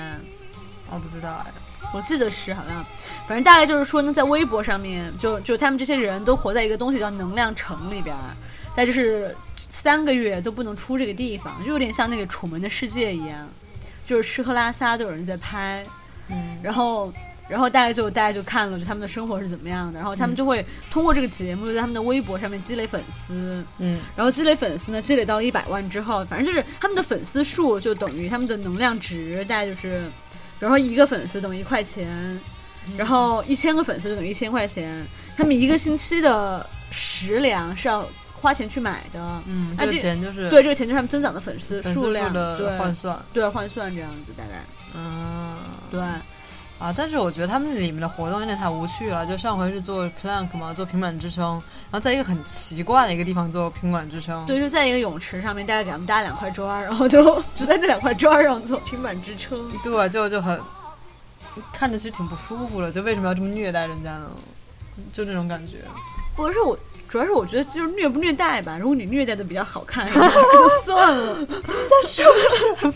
我不知道哎，我记得是好像，反正大概就是说呢，在微博上面，就就他们这些人都活在一个东西叫能量城里边儿，但就是三个月都不能出这个地方，就有点像那个《楚门的世界》一样，就是吃喝拉撒都有人在拍，嗯，然后。 [laughs] 然后大家就大家就看了，就他们的生活是怎么样的，然后他们就会通过这个节目在他们的微博上面积累粉丝，嗯，然后积累粉丝呢，积累到了一百万之后，反正就是他们的粉丝数就等于他们的能量值，大概就是，比如说一个粉丝等于一块钱，然后嗯一千个粉丝就等于一千块钱，他们一个星期的食粮是要花钱去买的，嗯，啊这个这钱就是对，这个钱就是他们增长的粉丝粉丝数量，的换对算，对换算这样子大概，嗯。对，啊，但是我觉得他们里面的活动有点太无趣了。就上回是做 plank 嘛，做平板支撑，然后在一个很奇怪的一个地方做平板支撑。对，就在一个泳池上面，大概给他们搭两块砖，然后就 [laughs] 就在那两块砖上做平板支撑。对，啊就就很看着其实挺不舒服的。就为什么要这么虐待人家呢？就这种感觉。不是我，主要是我觉得就是虐不虐待吧。如果你虐待的比较好 [laughs] 看一点，就算了。你在说 [laughs] 什么？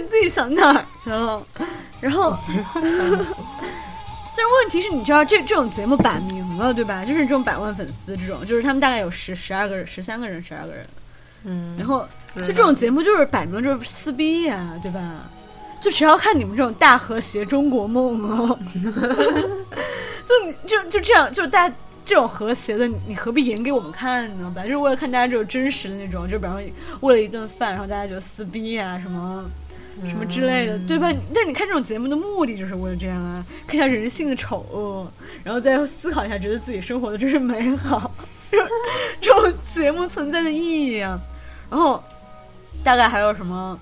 你自己想哪儿去了？然后， [laughs] 但是问题是，你知道这这种节目摆明了，对吧？就是这种百万粉丝这种，就是他们大概有十、十二个人、十三个人、十二个人，嗯然，后就这种节目就是摆明了就是撕逼呀、对吧？就谁要看你们这种大和谐中国梦哦？ [laughs] 就你就就这样，就大家这种和谐的，你你何必演给我们看呢？本来就是为了看大家这种真实的那种，就比方说为了一顿饭，然后大家就撕逼啊什么。什么之类的，对吧？但是你看这种节目的目的就是为了这样啊，看一下人性的丑恶，然后再思考一下，觉得自己生活的真是美好， [laughs] 这种这种节目存在的意义啊。然后大概还有什么？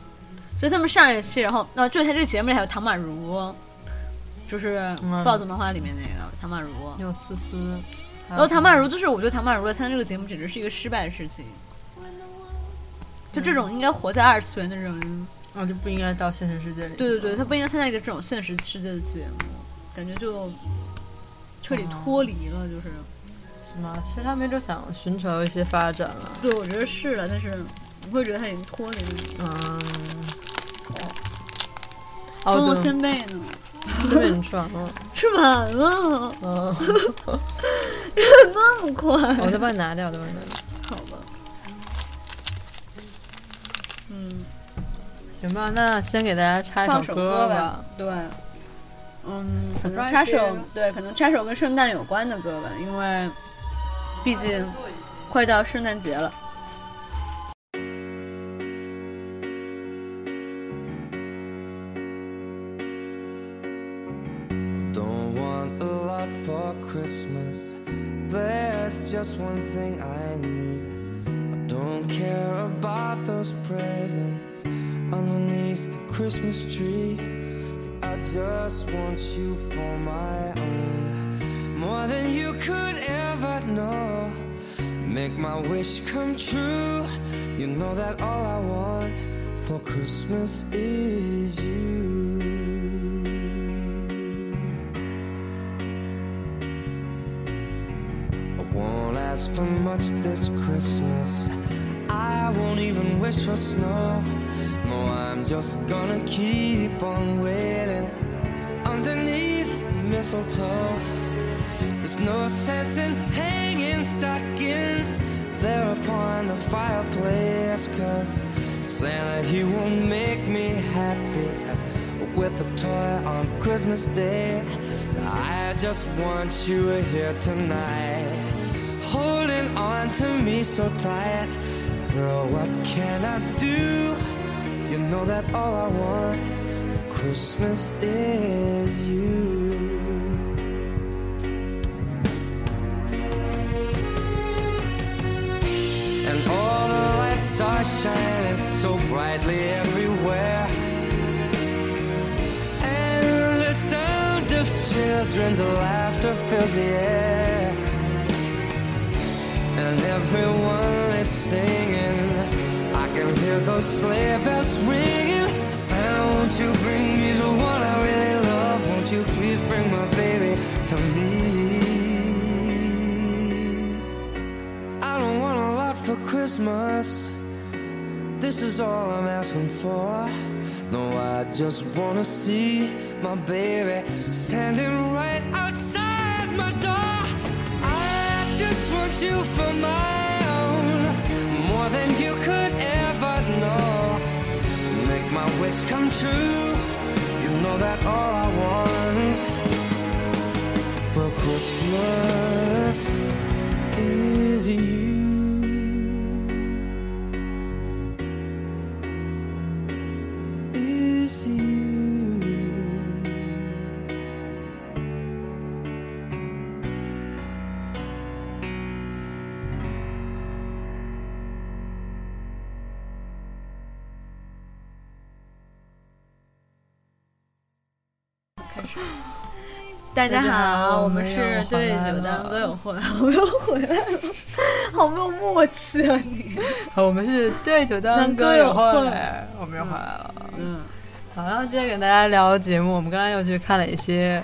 就他们上一期，然后那、就他这个节目里还有唐宛如，就是嗯《暴走漫画》里面那个唐宛如。有思思，然后唐曼如就是，我觉得唐曼如来参加这个节目简直是一个失败的事情。就这种应该活在二次元的人，我啊就不应该到现实世界里。对对对，他不应该参加一个这种现实世界的节目，感觉就彻底脱离了，就是。是吗？其实他们就想寻求一些发展了。对，我觉得是的，但是我会觉得他已经脱离了。嗯，中哦，龙对，先辈呢？这边你吃完了，吃完了，嗯，哦 [laughs] 那么快？ [laughs] 我再帮你拿掉，再帮你拿掉，好吧。嗯，行吧，那先给大家插一放首首歌歌吧。对，嗯，可能 Surprise 插首对，可能插首跟圣诞有关的歌吧，因为毕竟快到圣诞节了。 Don't want a lot for Christmas. There's just one thing I need. I don't care about those presents underneath the Christmas tree. So I just want you for my own, more than you could ever know. Make my wish come true. You know that all I want for Christmas is you. I won't ask for much this Christmas. I won't even wish for snow. No, I'm just gonna keep on waiting underneath the mistletoe. There's no sense in hanging stockings there upon the fireplace. Cause Santa, he won't make me happy with a toy on Christmas Day. I just want you here tonight, holding on to me so tight. Girl, what can I do? You know that all I want for Christmas is you. And all the lights are shining so brightly everywhere. And the sound of children's laughter fills the air. And everyone is singing. I can hear those sleigh bells ringing. Sound, won't you bring me the one I really love? Won't you please bring my baby to me? I don't want a lot for Christmas. This is all I'm asking for. No, I just wanna see my baby standing right outside my door. I just want you for my own, more than you could ever know. Make my wish come true. You know that all I want for Christmas is you. Is you. 大家大家好好，我我们们是又回对来酒了当歌友会，我们又回来了， [laughs] 好没有默契啊你。我们是对酒当歌友会，我们又回来了。嗯，好，然后今天给大家聊节目，我们刚刚又去看了一些，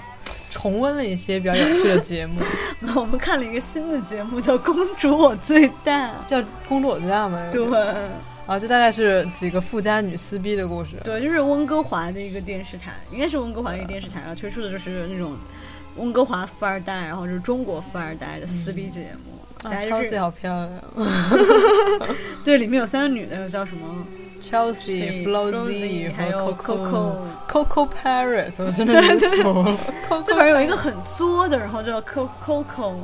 重温了一些比较有趣的节 [laughs] 目，那我们看了一个新的节目，叫《公主我最大》。叫《公主我最大》嘛。对啊，这大概是几个富家女撕逼的故事。啊对，就是温哥华的一个电视台，应该是温哥华一个电视台，然后推出的就是那种温哥华富二代，然后就是中国富二代的撕逼节目，大啊，家就超级是好漂亮啊对，里面有三个女的，又叫什么嗯，Chelsea、Flozzy 还有和 Coco。 Coco Paris，我真的是服了。这边有一个很作的，然后叫 Co- Coco，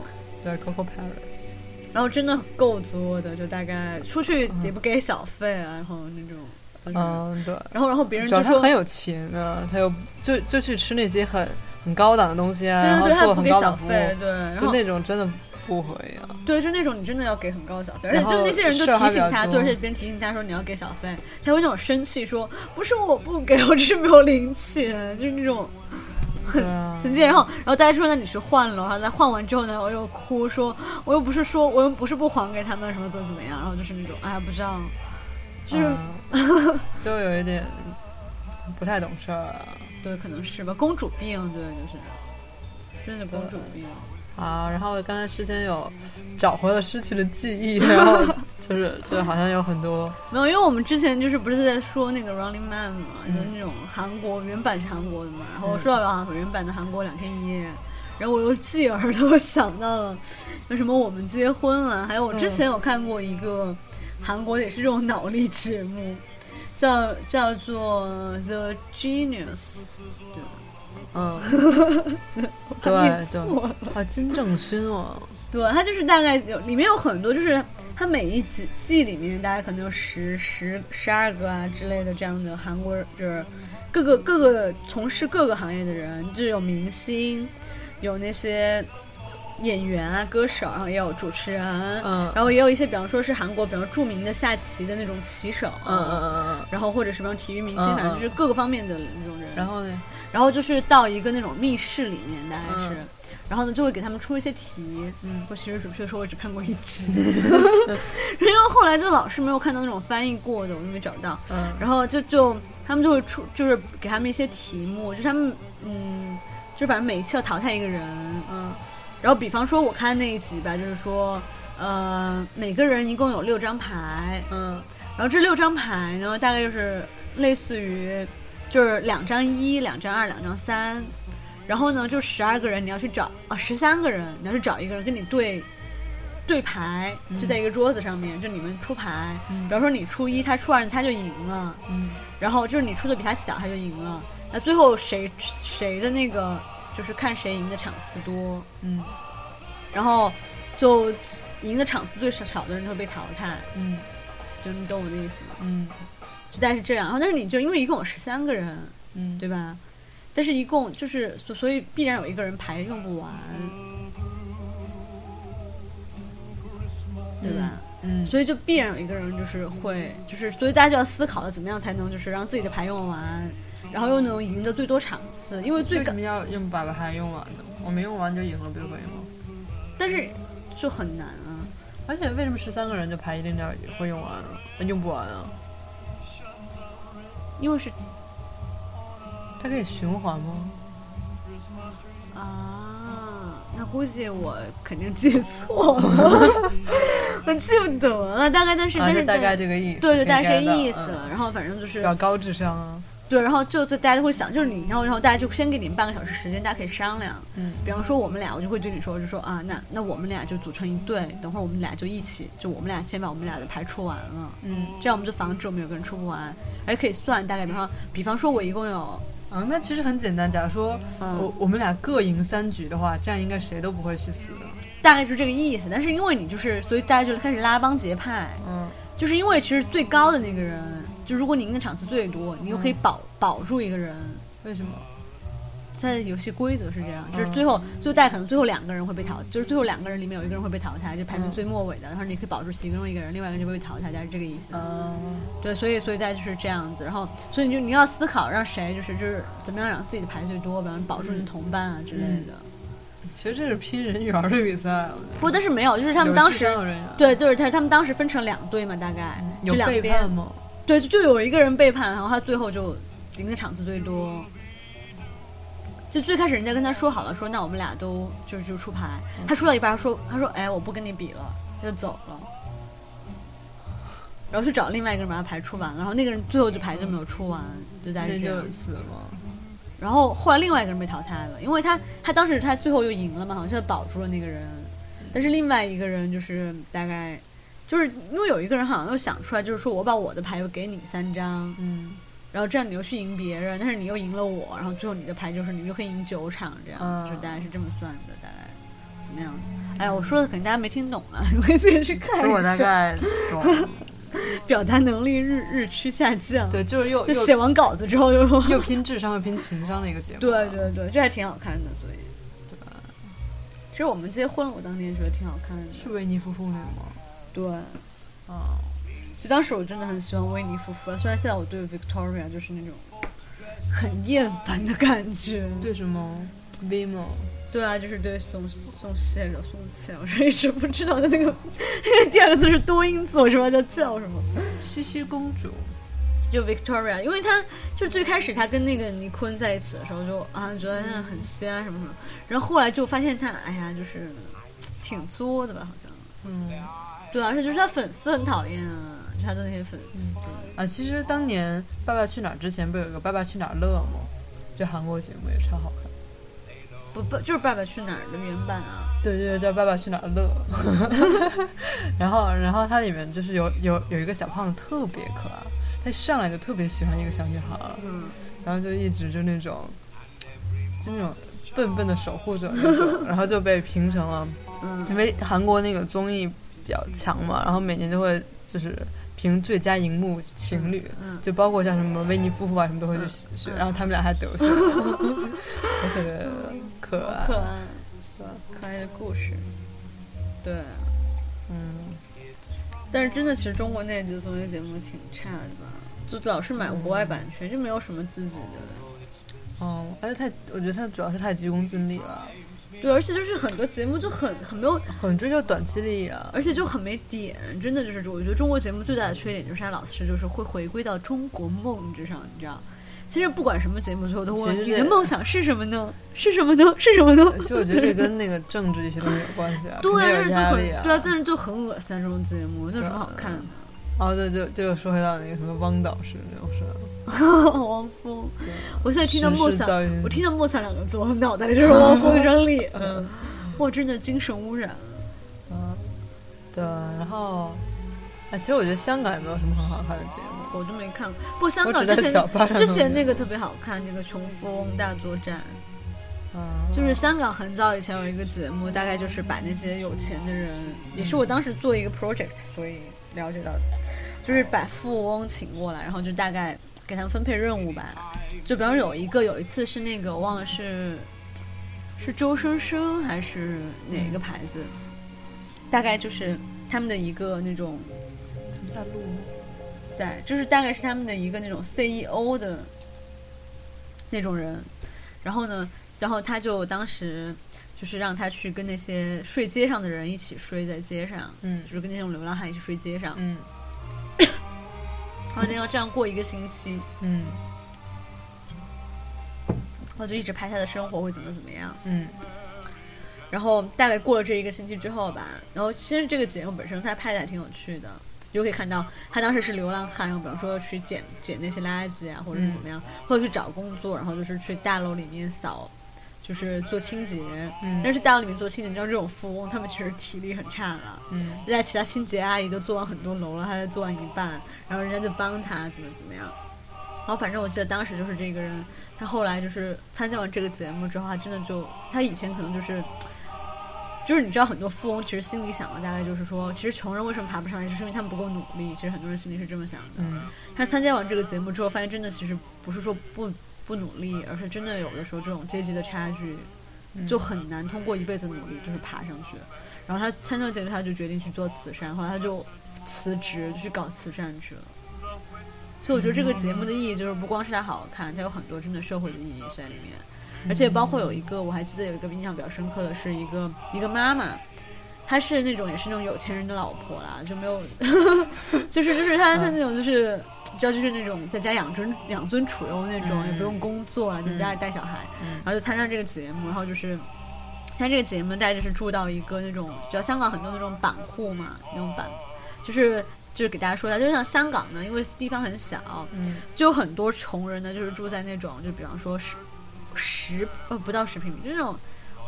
对 Coco Paris，然后真的够作的，就大概出去也不给小费啊，然后那种，就是，嗯，对。然后然后别人主要就他说很有钱啊，他又就就去吃那些很很高档的东西啊，对对对，然后他做不很给高小档服务，费，对，然就后那种真的不会啊呀、对，就那种你真的要给很高的小费，而且然就是那后些人就事儿提还比醒较他，多对，而且别人提醒他说你要给小费，他会那种生气说不是我不给，我只是没有零钱， [laughs] 就是那种对啊，生气。然后然后大家说那你去换了，然后再换完之后呢，我又哭说我又不是说我又不是不还给他们什么怎么怎么样，然后就是那种哎呀不知道，就是、啊 [laughs] 就有一点不太懂事儿啊对可能是吧，公主病，对，就是真的公主病。啊。然后刚才之前有找回了失去的记忆， [laughs] 然后就是就好像有很多没有，因为我们之前就是不是在说那个 Running Man 嘛，嗯就是那种韩国原版是韩国的嘛，然后我说到原版的韩国两天一夜，然后我又继而都想到了 [laughs] 为什么我们结婚了，还有我之前有看过一个韩国的也是这种脑力节目，叫叫做 The Genius， [laughs] 嗯，我念对对错了啊，金正勋哦，对，它就是大概有里面有很多，就是它每一集季里面大概可能有十、十、十二个啊之类的这样的韩国人，就是各个各个从事各个行业的人，就有明星，有那些演员啊、歌手，然后也有主持人，嗯然后也有一些，比方说是韩国比较著名的下棋的那种棋手，嗯嗯嗯嗯，然后或者什么体育明星，嗯反正就是各个方面的那种人。然后呢，然后就是到一个那种密室里面，大概是，嗯然后呢就会给他们出一些题。嗯，我其实准确说，我只看过一 [laughs] 集，因为后来就老是没有看到那种翻译过的，我就没找到。嗯然后就就他们就会出，就是给他们一些题目，就是他们嗯，就反正每一期要淘汰一个人，嗯。然后比方说我看那一集吧，就是说，呃，每个人一共有六张牌，嗯然后这六张牌呢，大概就是类似于，就是两张一、两张二、两张三，然后呢，就十二个人你要去找啊，十三个人你要去找一个人跟你对对牌，就在一个桌子上面，就你们出牌，比方说你出一，他出二，他就赢了，嗯然后就是你出的比他小，他就赢了，那最后谁谁的那个就是看谁赢的场次多，嗯然后就赢的场次最少少的人就会被淘汰，嗯就你懂我的意思吗？嗯就大概是这样。然后，但是你就因为一共有十三个人，嗯，对吧？但是一共就是所所以必然有一个人牌用不完，对吧？嗯所以就必然有一个人就是会就是，所以大家就要思考了怎么样才能就是让自己的牌用完，然后又能赢得最多场次，因为最为什感么要用把把它用完呢？我没用完就赢了，不就可以吗？但是就很难啊。而且为什么十三个人就排一定要会用完啊？用不完啊？因为是它可以循环吗？啊，那估计我肯定记错了， [laughs] 我记不得了，大概但是、啊，但就是大概这个意思。对对，大可以概是 get 到意思嗯了。然后反正就是比较高智商啊。对，然后就就大家就会想，就是你，然后然后大家就先给你们半个小时时间，大家可以商量。嗯，比方说我们俩，我就会对你说，就说啊，那那我们俩就组成一队，等会儿我们俩就一起，就我们俩先把我们俩的牌出完了，嗯这样我们就防止我们有个人出不完，而且可以算大概，比方比方说我一共有，啊，那其实很简单。假如说嗯我我们俩各赢三局的话，这样应该谁都不会去死的。大概是这个意思。但是因为你就是，所以大家就开始拉帮结派，嗯就是因为其实最高的那个人，就如果你赢的场次最多，你又可以嗯保、保住一个人。为什么？在游戏规则是这样，就是嗯最后最后大家可能最后两个人会被淘，就是最后两个人里面有一个人会被淘汰，就排名嗯最末尾的，然后你可以保住其中一个人，另外一个人就被淘汰，大概是这个意思。嗯对，所以所以大家就是这样子，然后所以你就你要思考让谁就是就是怎么样让自己的牌最多，比方保住嗯你的同伴啊之类的。其实这是拼人缘儿的比赛，我觉得不过但是没有，就是他们有当智时商。有啊人缘对对，他他们当时分成两队嘛，大概、就嗯有两背边叛，吗？对，就就有一个人背叛，然后他最后就赢的场次最多。就最开始人家跟他说好了，说那我们俩都就是就出牌，他出到一半，他说他说哎我不跟你比了，他就走了，然后去找另外一个人把他牌出完了，然后那个人最后就牌就没有出完，就在那这样就。死了。然后后来另外一个人被淘汰了，因为他他当时他最后又赢了嘛，好像是保住了那个人，但是另外一个人就是大概就是因为有一个人好像又想出来，就是说我把我的牌又给你三张，嗯然后这样你又去赢别人，但是你又赢了我，然后最后你的牌就是你又可以赢九场，这样、嗯就大概是这么算的，大概怎么样？哎呀，我说的可能大家没听懂啊， [laughs] 你们自己去看其一下。实我大概懂，表达能力日日趋下降， [laughs] 对，就是又就又写完稿子之后就又拼智商又拼情商的一个节目。对，对对，这还挺好看的，所以其实我们结婚了，我当年觉得挺好看的，是维尼夫妇那个吗？对，啊，嗯就当时我真的很喜欢维尼夫妇，虽然现在我对 Victoria 就是那种很厌烦的感觉，对什么 Vimo？对啊，就是对宋宋谢惹宋茜，我是一直不知道的那个 [laughs] 那个第二个字是多音字，我什么叫叫什么。西西公主，就 Victoria，因为她就最开始她跟那个尼坤在一起的时候就啊觉得她很仙啊什么什么，然后后来就发现她哎呀就是挺作的吧好像，嗯对，啊而且就是她粉丝很讨厌啊，就她的那些粉丝，啊，其实当年《爸爸去哪儿》之前不是有个《爸爸去哪儿乐》吗？这韩国节目也超好看。不不就是《爸爸去哪儿》的原版啊，对对，对叫《爸爸去哪儿 [laughs] 乐》，然后然后它里面就是有有有一个小胖子特别可爱，他上来就特别喜欢一个小女孩儿，嗯，然后就一直就那种，就那种笨笨的守护者那 [laughs] 种，然后就被评成了，嗯因为韩国那个综艺比较强嘛，然后每年就会就是评最佳荧幕情侣，嗯就包括像什么维尼夫妇啊什么都会去选，然后他们俩还 [laughs] 得选，我特别可爱，可爱可爱的故事，对，啊嗯，但是真的其实中国内地的综艺节目挺差的吧，就老是买国外版权，就没有什么自己的。哦，而且太，我觉得他主要是太急功近利了，对，而且就是很多节目就很很没有很追求短期利益啊，而且就很没点，真的就是我觉得中国节目最大的缺点就是它老是就是会回归到中国梦之上，你知道。其实不管什么节目，最后都会问其实你这的梦想是什么呢？是什么呢？是什么呢？其实我觉得这跟那个政治一些东西有关系啊，肯定对，但有是就压很力对啊，但是就很恶心啊这种节目，就有什么好看的？哦，对，就就说回到那个什么汪导师那种事儿，汪峰，我现在听到时梦事想噪音，我听到梦想两个字，我脑袋里就是汪峰那张脸，哇，真的精神污染。嗯，对，啊然后，哎，其实我觉得香港也没有什么很好看的节目，我都没看过。不，香我港只在之前小巴上之看前过那个特别好看，那个《穷富翁大作战》。嗯，就是香港很早以前有一个节目，大概就是把那些有钱的人，也是我当时做一个 project，所以了解到的，就是把富翁请过来，然后就大概给他们分配任务吧。就比方有一个有一次是那个我忘了是是周生生还是哪个牌子，大概就是他们的一个那种在录吗？在，就是大概是他们的一个那种 CEO 的那种人。然后呢，然后他就当时就是让他去跟那些睡街上的人一起睡在街上，嗯就是跟那种流浪汉一起睡街上。嗯然后那要这样过一个星期，嗯我就一直拍他的生活会怎么怎么样。嗯然后大概过了这一个星期之后吧，然后其实这个节目本身它拍的还挺有趣的，你就可以看到他当时是流浪汉，然后比方说去捡捡那些垃圾啊，或者是怎么样，或者去找工作，然后就是去大楼里面扫，就是做清洁。嗯但是大楼里面做清洁，你知道这种富翁他们其实体力很差了，嗯人家其他清洁阿姨都做完很多楼了，他才做完一半，然后人家就帮他怎么怎么样。然后反正我记得当时就是这个人，他后来就是参加完这个节目之后，他真的就他以前可能就是。就是你知道，很多富翁其实心里想的大概就是说，其实穷人为什么爬不上来，就是因为他们不够努力。其实很多人心里是这么想的。嗯，但是参加完这个节目之后，发现真的其实不是说不不努力，而是真的有的时候这种阶级的差距嗯就很难通过一辈子努力就是爬上去。然后他参加节目，他就决定去做慈善，后来他就辞职就去搞慈善去了。所以我觉得这个节目的意义就是不光是它好看，它有很多真的社会的意义在里面，而且包括有一个我还记得有一个印象比较深刻的是一个一个妈妈，她是那种也是那种有钱人的老婆啦，就没有， [laughs] 就是就是她她那种就是。你知道，就是那种在家养尊养尊处优那种，嗯也不用工作啊，就在家里带小孩，然后就参加这个节目，然后就是参加这个节目，大家就是住到一个那种，知道香港很多那种板户嘛，那种板，就是就是给大家说一下，就是像香港呢，因为地方很小，嗯就有很多穷人呢，就是住在那种，就比方说是十呃不到十平米，就那种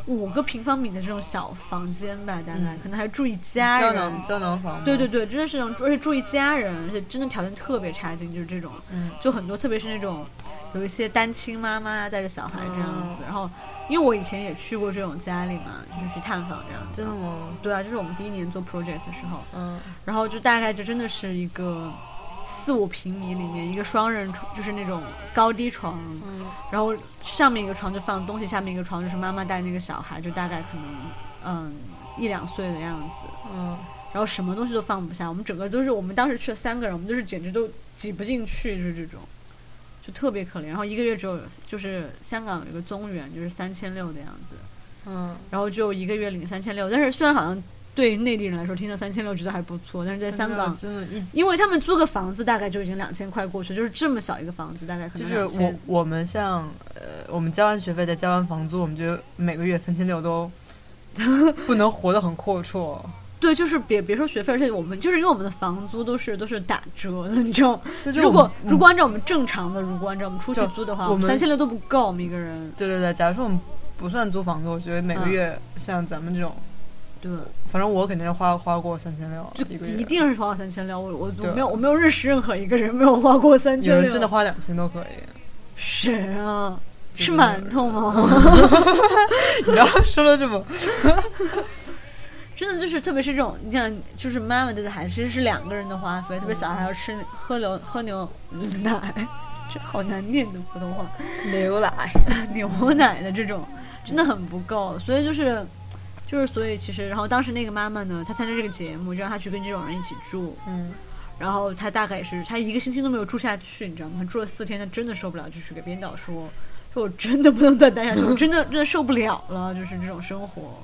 五个平方米的这种小房间吧，大概、可能还住一家人。胶囊胶囊房吗，对对对，真的是那种住，而且住一家人，而且真的条件特别差劲，就是这种，嗯就很多，特别是那种有一些单亲妈妈带着小孩这样子。然后，因为我以前也去过这种家里嘛，就是去探访这样子。真的吗？对啊，就是我们第一年做 project 的时候，嗯，然后就大概就真的是一个四五平米里面一个双人床，就是那种高低床，嗯然后上面一个床就放东西，下面一个床就是妈妈带那个小孩，就大概可能嗯一两岁的样子，嗯，然后什么东西都放不下，我们整个都是我们当时去了三个人，我们就是简直都挤不进去，就是这种。就特别可怜，然后一个月只有就是香港有一个综援，就是三千六的样子，嗯，然后就一个月领三千六，但是虽然好像对内地人来说听到三千六觉得还不错，但是在香港，真的，一因为他们租个房子大概就已经两千块过去，就是这么小一个房子，大概可就能是2000我我们像呃，我们交完学费再交完房租，我们就每个月三千 [laughs] 六都不能活得很阔绰。对，就是别别说学费，而且我们就是因为我们的房租都是都是打折的，你知道吗？对，就如果我们如果按照我们正常的，如果按照我们出去就租的话，我我们们三千六都不够，我们一个人。对对对，假如说我们不算租房子，我觉得每个嗯月像咱们这种，对，反正我肯定是花花过三千六就一个月，一定是花到三千六。我我对我没有我没有认识任何一个人没有花过三千有六。人真的花两千都可以。谁啊？就吃是馒头吗？你要说的这么， [laughs] 真的就是，特别是这种，你想，就是妈妈带的孩子，其实是两个人的花费，特别小孩要吃喝牛喝牛奶，这好难念的普通话，牛奶， [laughs] 牛奶的这种，真的很不够，所以就是。就是，所以其实，然后当时那个妈妈呢，她参加这个节目，就让她去跟这种人一起住，嗯，然后她大概也是，她一个星期都没有住下去，你知道吗？她住了四天，她真的受不了，就去给编导说，说我真的不能再待下去，我真的真的受不了了，就是这种生活。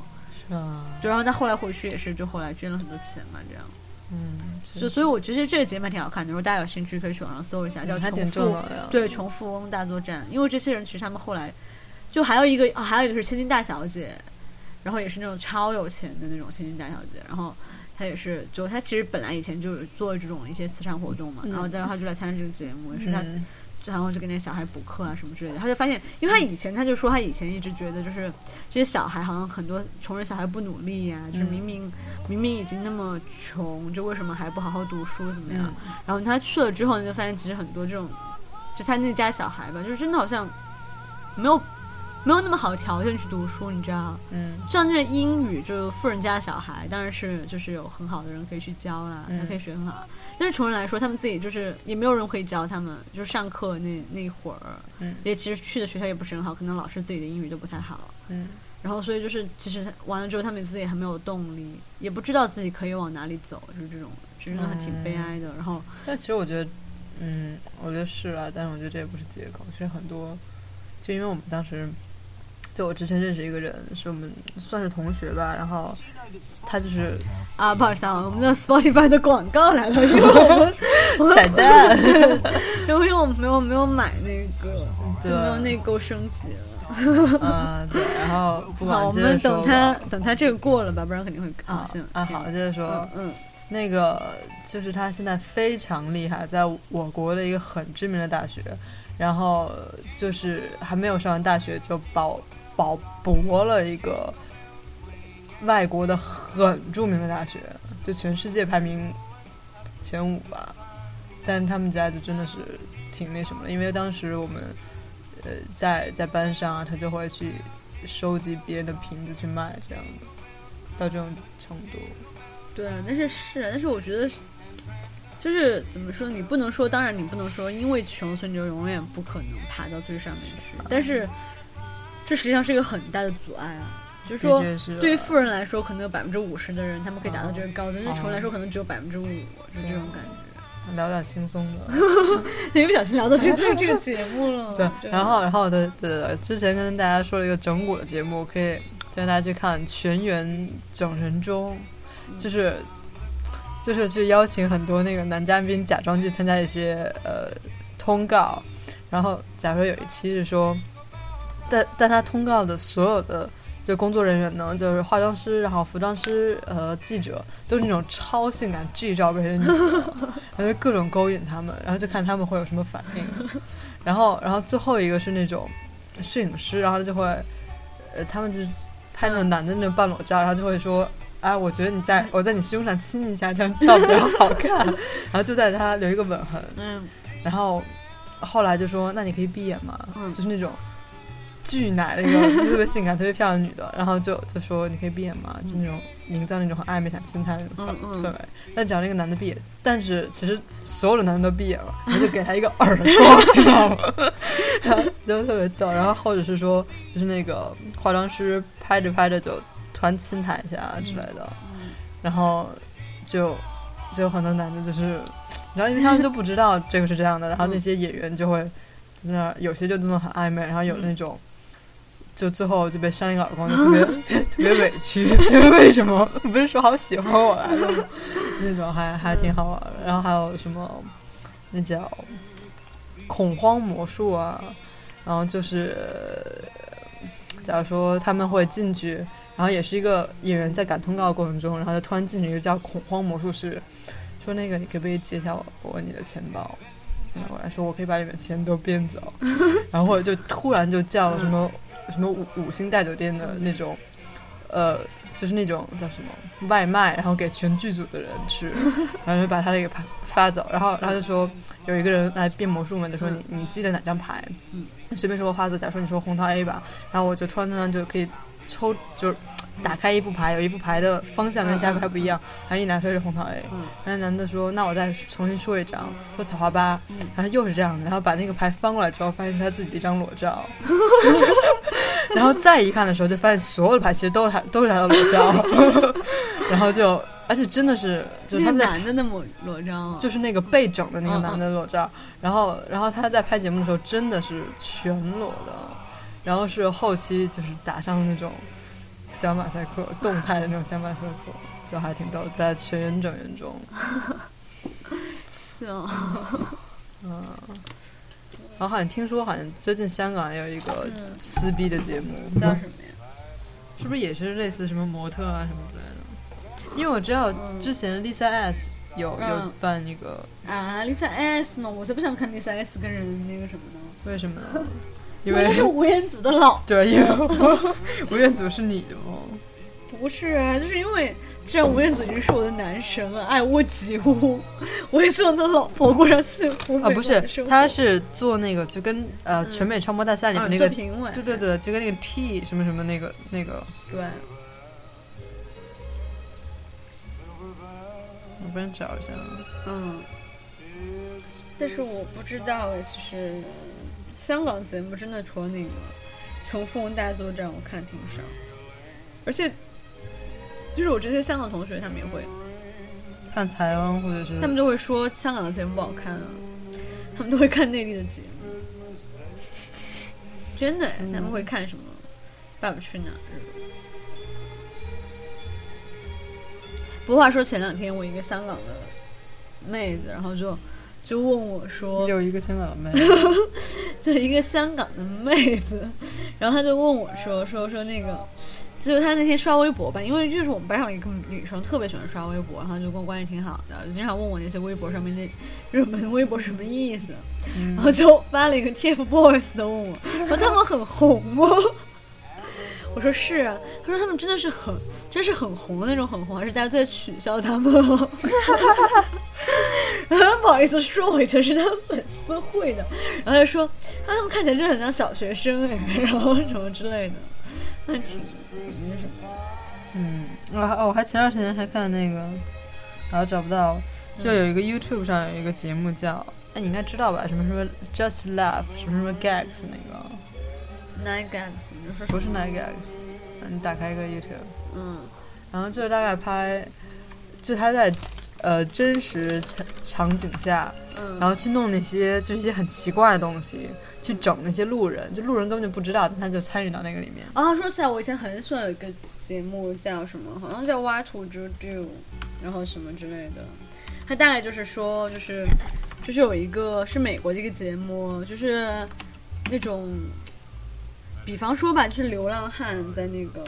是啊，对，然后她后来回去也是，就后来捐了很多钱嘛，这样。嗯，就所以我觉得这个节目还挺好看的，如果大家有兴趣可以去网上搜一下，叫嗯还重挺正复能量。，对重富翁大作战，因为这些人其实他们后来就还有一个、啊还有一个是千金大小姐，然后也是那种超有钱的那种千金大小姐，然后。她也是，就她其实本来以前就是做这种一些慈善活动嘛，然后但是她就来参加这个节目，也是她嗯，然后就给那小孩补课啊什么之类的，他就发现，因为他以前他就说他以前一直觉得就是这些小孩好像很多穷人小孩不努力呀、就是明明明明已经那么穷，就为什么还不好好读书怎么样？然后他去了之后，你就发现其实很多这种，就他那家小孩吧，就是真的好像没有没有那么好的条件去读书，你知道？嗯，像这英语，就是富人家的小孩，当然是就是有很好的人可以去教啦，嗯他可以学很好。但是穷人来说，他们自己就是也没有人可以教他们，就是上课那那一会儿，嗯也其实去的学校也不是很好，可能老师自己的英语都不太好，嗯，然后所以就是其实完了之后，他们自己还没有动力，也不知道自己可以往哪里走，就是这种，就真的很挺悲哀的。然后但其实我觉得，嗯，我觉得是啊，但是我觉得这也不是借口。其实很多，就因为我们当时，对我之前认识一个人，是我们算是同学吧，然后他就是啊，不好意思啊，我们的 Spotify 的广告来了，因为我 [laughs] 们我们彩蛋，因为我们没有没有买那个，就对，啊没有内购升级了。嗯，对，然后不管好，我接着们说等他吧等他这个过了吧，不然肯定会啊，啊行啊，好，接着说，嗯嗯，那个就是他现在非常厉害，在我国的一个很知名的大学，然后就是还没有上完大学就保保博了一个外国的很著名的大学，就全世界排名前五吧。但他们家就真的是挺那什么的，因为当时我们呃在在班上啊，他就会去收集别人的瓶子去卖，这样的到这种程度。对，啊但是是，但是我觉得。就是怎么说，你不能说，当然你不能说，因为穷，所以你就永远不可能爬到最上面去。但是，这实际上是一个很大的阻碍啊。就是说的，确是对于富人来说，可能有百分之五十的人他们可以达到这个高度，对哦穷人来说可能只有百分之五，就这种感觉。聊点轻松的。 [laughs] 一不小心聊到这这这个节目了。对，然后然后对对对对，之前跟大家说了一个整蛊的节目，可以推荐大家去看《全员整人中》，就是就是去邀请很多那个男嘉宾假装去参加一些呃通告，然后假如有一期是说，但但他通告的所有的。就工作人员呢，就是化妆师，然后服装师，呃，记者，都是那种超性感 G 罩杯的女的，然后就各种勾引他们，然后就看他们会有什么反应。然后，然后最后一个是那种摄影师，然后他就会，呃，他们就是拍那种男的那种半裸照，然后就会说，啊，我觉得你在我在你胸上亲一下，这张照比较好看，然后就在他留一个吻痕，嗯，然后后来就说，那你可以闭眼嘛，嗯就是那种。巨奶的一个特别性感、特别漂亮的女的，然后就就说你可以闭眼嘛，就那种营造那种很暧昧、想亲她的那种嗯嗯氛氛围。但只要那个男的闭眼，但是其实所有的男的都闭 [laughs] 眼了，我就给他一个耳光，你知道吗？ [laughs] 都特别逗。然后或者是说，就是那个化妆师拍着拍着就突然亲他一下之类的，嗯然后就就很多男的就是，然后因为他们都不知道这个是这样的，然后那些演员就会在那儿有些就弄得很暧昧，然后有那种。就最后就被扇一个耳光，就特别特别委屈， [laughs] 因为为什么不是说好喜欢我来的吗？那种还还挺好玩的。然后还有什么，那叫恐慌魔术啊，然后就是，假如说他们会进去，然后也是一个演员在赶通告的过程中，然后就突然进去一个叫恐慌魔术师，说那个你可不可以借一下我我你的钱包？然后我来说我可以把你们的钱都变走，然后或者就突然就叫了什么什么五五星大酒店的那种，呃，就是那种叫什么外卖，然后给全剧组的人吃，然后就把他那个发发走，然后然后就说有一个人来变魔术嘛，就说你你记得哪张牌，随便说个花色，假如说你说红桃 A 吧，然后我就突然突然就可以抽就是。打开一副牌，有一副牌的方向跟其他牌不一样，然后一拿出来是红桃 A，那男的说：“那我再重新说一张，说草花八。然后又是这样的，然后把那个牌翻过来之后，发现是他自己的一张裸照，然后再一看的时候，就发现所有的牌其实都是他都是他的裸照，然后就而且真的是就那是他个们在男的那么裸张啊，就是那个被整的那个嗯嗯男的裸照，然后然后他在拍节目的时候真的是全裸的，然后是后期就是打上那种小马赛克，动态的那种小马赛克，就还挺逗，在全员整人中，是 [laughs] 哦，嗯，然后好像听说好像最近香港有一个撕逼的节目，嗯叫什么呀？是不是也是类似什么模特啊什么之类的？因为我知道之前 Lisa S 有有嗯办一个，啊，Lisa S 嘛，我才不想看 Lisa S 跟人那个什么呢，为什么呢？ [laughs] 因我是为吴彦祖的老对，因为我 [laughs] 吴彦祖是你哦的吗？不是，啊就是因为既然吴彦祖已经是我的男神了，爱屋及乌，我也希望他的老婆过上幸 [laughs] 福啊，不美是满的生，活他是做那个就跟呃嗯全美超模大赛里啊面那做个，评委，对对对，就跟那个 T 什么什么那个那个，对，我不然找一下啊。嗯，但是我不知道哎，其实香港节目真的除了那个《从富翁大作战》，我看挺少，而且就是我这些香港同学他们也会，看台湾或者是他们就会说香港的节目不好看啊，他们都会看内地的节目，真的哎，他们会看什么《爸爸去哪儿》这种。不过话说，前两天我一个香港的妹子，然后就就问我说，有一个香港的妹， [laughs] 就是一个香港的妹子，然后她就问我说说说那个，就是她那天刷微博吧，因为就是我们班上有一个女生特别喜欢刷微博，然后就跟我关系挺好的，就经常问我那些微博上面那热门微博什么意思，然后就发了一个 TFBOYS 的问我，说他们很红吗？ [laughs] 我说是啊，她说他们真的是很真是很红的那种很红，而且大家都在取笑他们哦。 [laughs] 然后不好意思说，我以前是他们粉丝会的，然后就说啊，他们看起来真的很像小学生哎， [laughs] 然后什么之类的，那挺挺那什么，嗯，我还哦，我还前段时间还看那个，然后找不到，嗯就有一个 YouTube 上有一个节目叫，哎，你应该知道吧？什么什么 Just Laugh，什么什么 Gags 那个，那感觉你说不是那 Gags，嗯你打开一个 YouTube，嗯然后就是大概拍，就他在呃真实场场景下，嗯然后去弄那些就是一些很奇怪的东西，去整那些路人，就路人根本就不知道，但他就参与到那个里面。啊，说起来我以前很喜欢有一个节目叫什么，好像叫 What to Do Do，然后什么之类的，它大概就是说就是就是有一个是美国的一个节目，就是那种。比方说吧，就是流浪汉在那个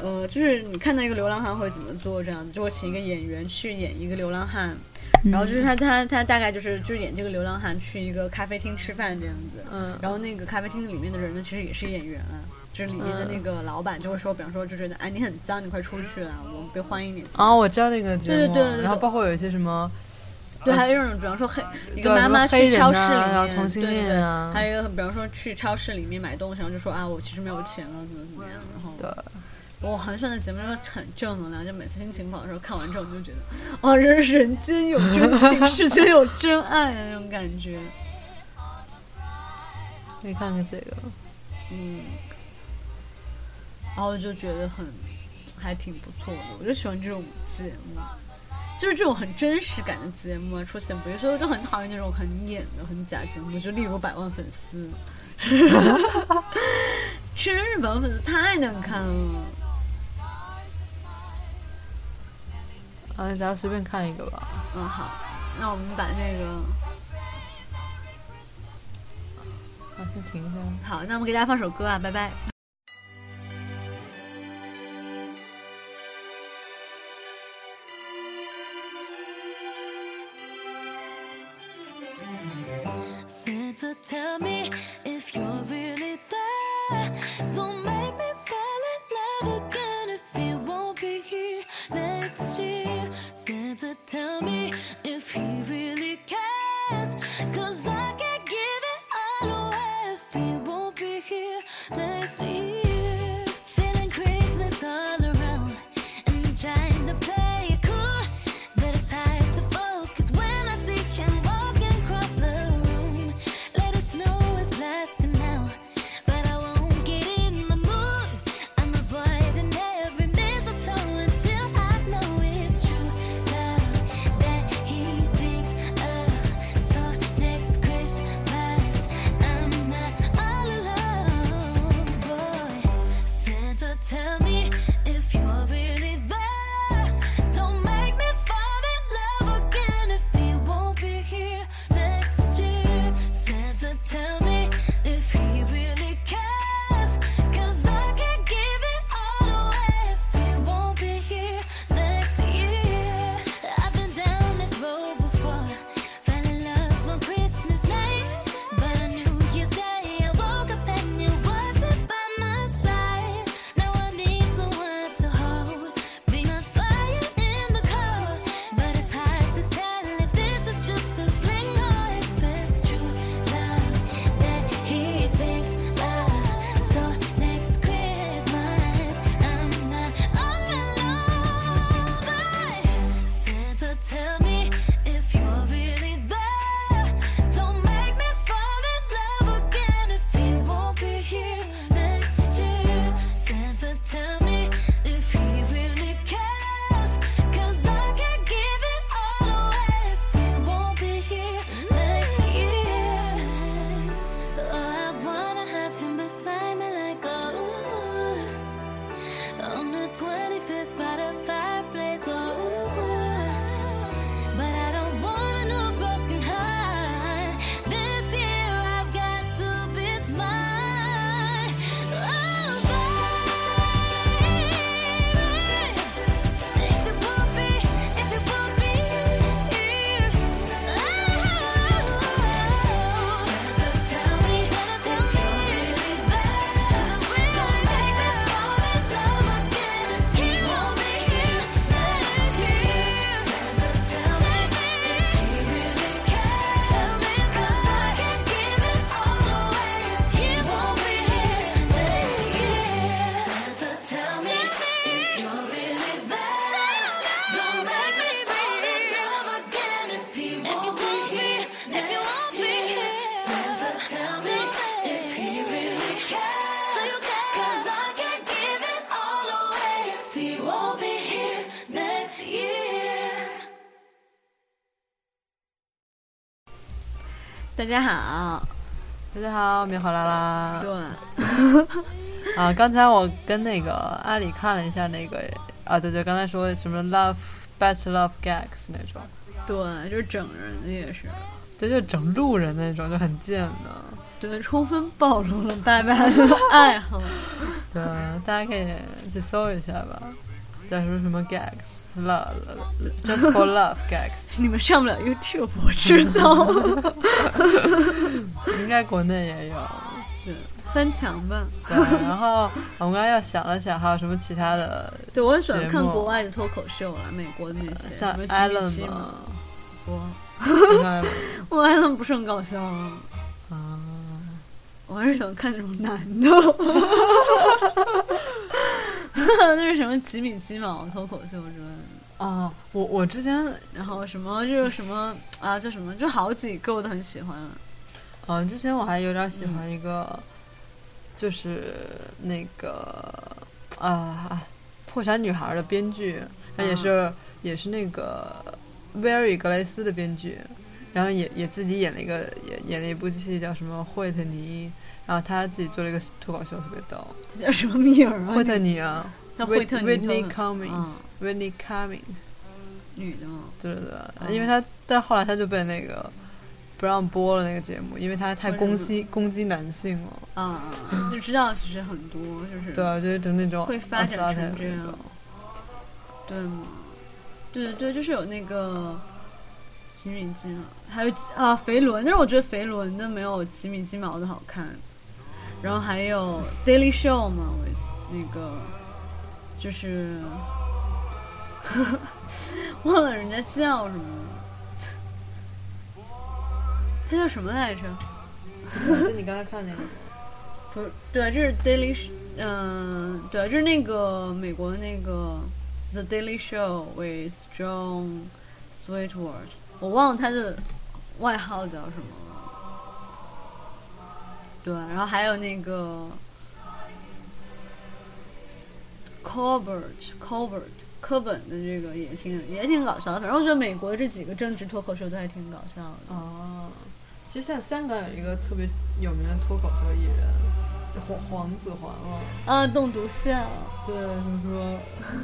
呃，就是你看到一个流浪汉会怎么做这样子，就会请一个演员去演一个流浪汉，然后就是他他他大概就是就是演这个流浪汉去一个咖啡厅吃饭这样子，嗯然后那个咖啡厅里面的人呢，其实也是演员啊，就是里面的那个老板就会说，比方说就觉得哎你很脏，你快出去啊，我们被欢迎你。哦啊，我知道那个节目，对对对对对然后包括有一些什么对，还有那种比方说黑对一个妈妈什么黑去人超市啊里然后面，同性对对恋啊对还有一个比方说去超市里面买东西，然后就说啊我其实没有钱了，怎么怎么样，然后对 [laughs] 我很喜欢的节目，就是很正能量，就每次心情不好的时候看完之后，我就觉得，哦，人人间有真 [laughs] 情，世间有真爱啊的那种感觉。可以看看这个，嗯，然后就觉得很还挺不错的，我就喜欢这种节目，就是这种很真实感的节目啊出现，比如说我就很讨厌那种很演的、很假节目，就例如《百万粉丝》， [laughs] 真是《百万粉丝》太难看了。啊，咱随便看一个吧。嗯，好，那我们把那个。啊，先停一下。好，那我们给大家放首歌啊，拜拜。 Santa, tell me if you're really there. Don't make me fall in love again if you won't be here next year. Santa, tell me if he really cares. Cause I can't give it all away if you won't be here next year. Feeling Christmas all around and I'm trying to play it cool. But it's hard to focus when I see him walking across the room. Let it snow is blasting now, but I won't get in the mood. I'm avoiding every mistletoe until I know it's true love that he thinks of. So next Christmas, I'm not all alone, boy. Santa, tell me if you're really there. Don't make me fall in love again if he won't be here next year. Santa, tell me if he really cares. Cause I can't give it all away if he won't be here next year. I've been down this road before. Fell in love on Christmas night. But on New Year's Day, I woke up and you wasn't by my side. Now I need someone to hold. Be my fire in the cold. But it's hard to tell if this is just a fling or if it's true love that he thinks of. So next Christmas, I'm not all alone. But Santa, tell me if you're really there. Don't make me fall in love again if you won't be here next year. Santa, tell me if he really cares. Cause I can't give it all away if you won't be here next year. Oh, I wanna have him beside me like oh. On the 25th by the fireplace, oh, but I don't want a new broken heart. This year I've got to be smart. Oh, baby, if it won't be, if it won't be here, oh, Santa, tell me, Tell me if you're really there. Don't make me fall in love again if he won't be here. If he won't be here, Santa, tell me if he really cares. Cause I can't give it all away if he won't be here next year. 大家好，大家好，我们又回来啦！对，啊，刚才我跟那个阿里看了一下那个，啊，对对，刚才说什么 love best love gags 那种，对，就是整人的也是，这就整路人那种，就很贱的。对，充分暴露了拜拜的爱好。 [laughs] 对，啊大家可以去搜一下吧。在说什么 gags，love，just for love [laughs] gags，你们上不了 YouTube，我知道。应该国内也有。翻墙吧。对，啊 [laughs] 然后我们刚刚又想了想，还有什么其他的，对，我很喜欢看节目国外的脱口秀啊，美国的那些，像什么 Alan 奇迹嘛。嘛，我你看我 Alan 不是很搞笑啊，啊，我还是喜欢看那种男的。 [laughs] 那是什么几米鸡毛脱口秀之类的，哦，我我之前然后什么就是什么啊，叫什么，就好几个我都很喜欢。嗯，之前我还有点喜嗯欢一个，就是那个啊，《破产女孩》的编剧，她也是、啊也是那个威尔与格雷斯的编剧，然后也也自己演了一个演演了一部戏叫什么《惠特尼》，然后她自己做了一个脱口秀，特别逗，叫什么名儿啊？惠特尼啊叫惠特尼嗯托 Whitney 马 Cummings，Whitney Cummings。女的吗？对对嗯对，因为他，但后来他就被那个不让播了那个节目，因为他太攻击攻击男性了。啊，就知道其实很多，就是对啊，就是就那种会发展成 assertive 这样那种对吗？对对对，就是有那个吉米鸡毛，还有啊肥伦，但是我觉得肥伦的没有吉米鸡毛的好看。然后还有 Daily Show 嘛，我那个就是 [laughs] 忘了人家叫什么了，他叫什么来着？就你刚才看那个，不是，对，这是 Daily，Sh- 嗯、对，这是那个美国那个 The Daily Show with John Sweetwater，我忘了他的外号叫什么了。对，然后还有那个 Colbert Colbert 科本的这个也挺也挺搞笑的，反正我觉得美国这几个政治脱口秀都还挺搞笑的。哦，其实现在香港有一个特别有名的脱口秀艺人，就黄黄子华嘛，啊，栋笃笑，对，什么什么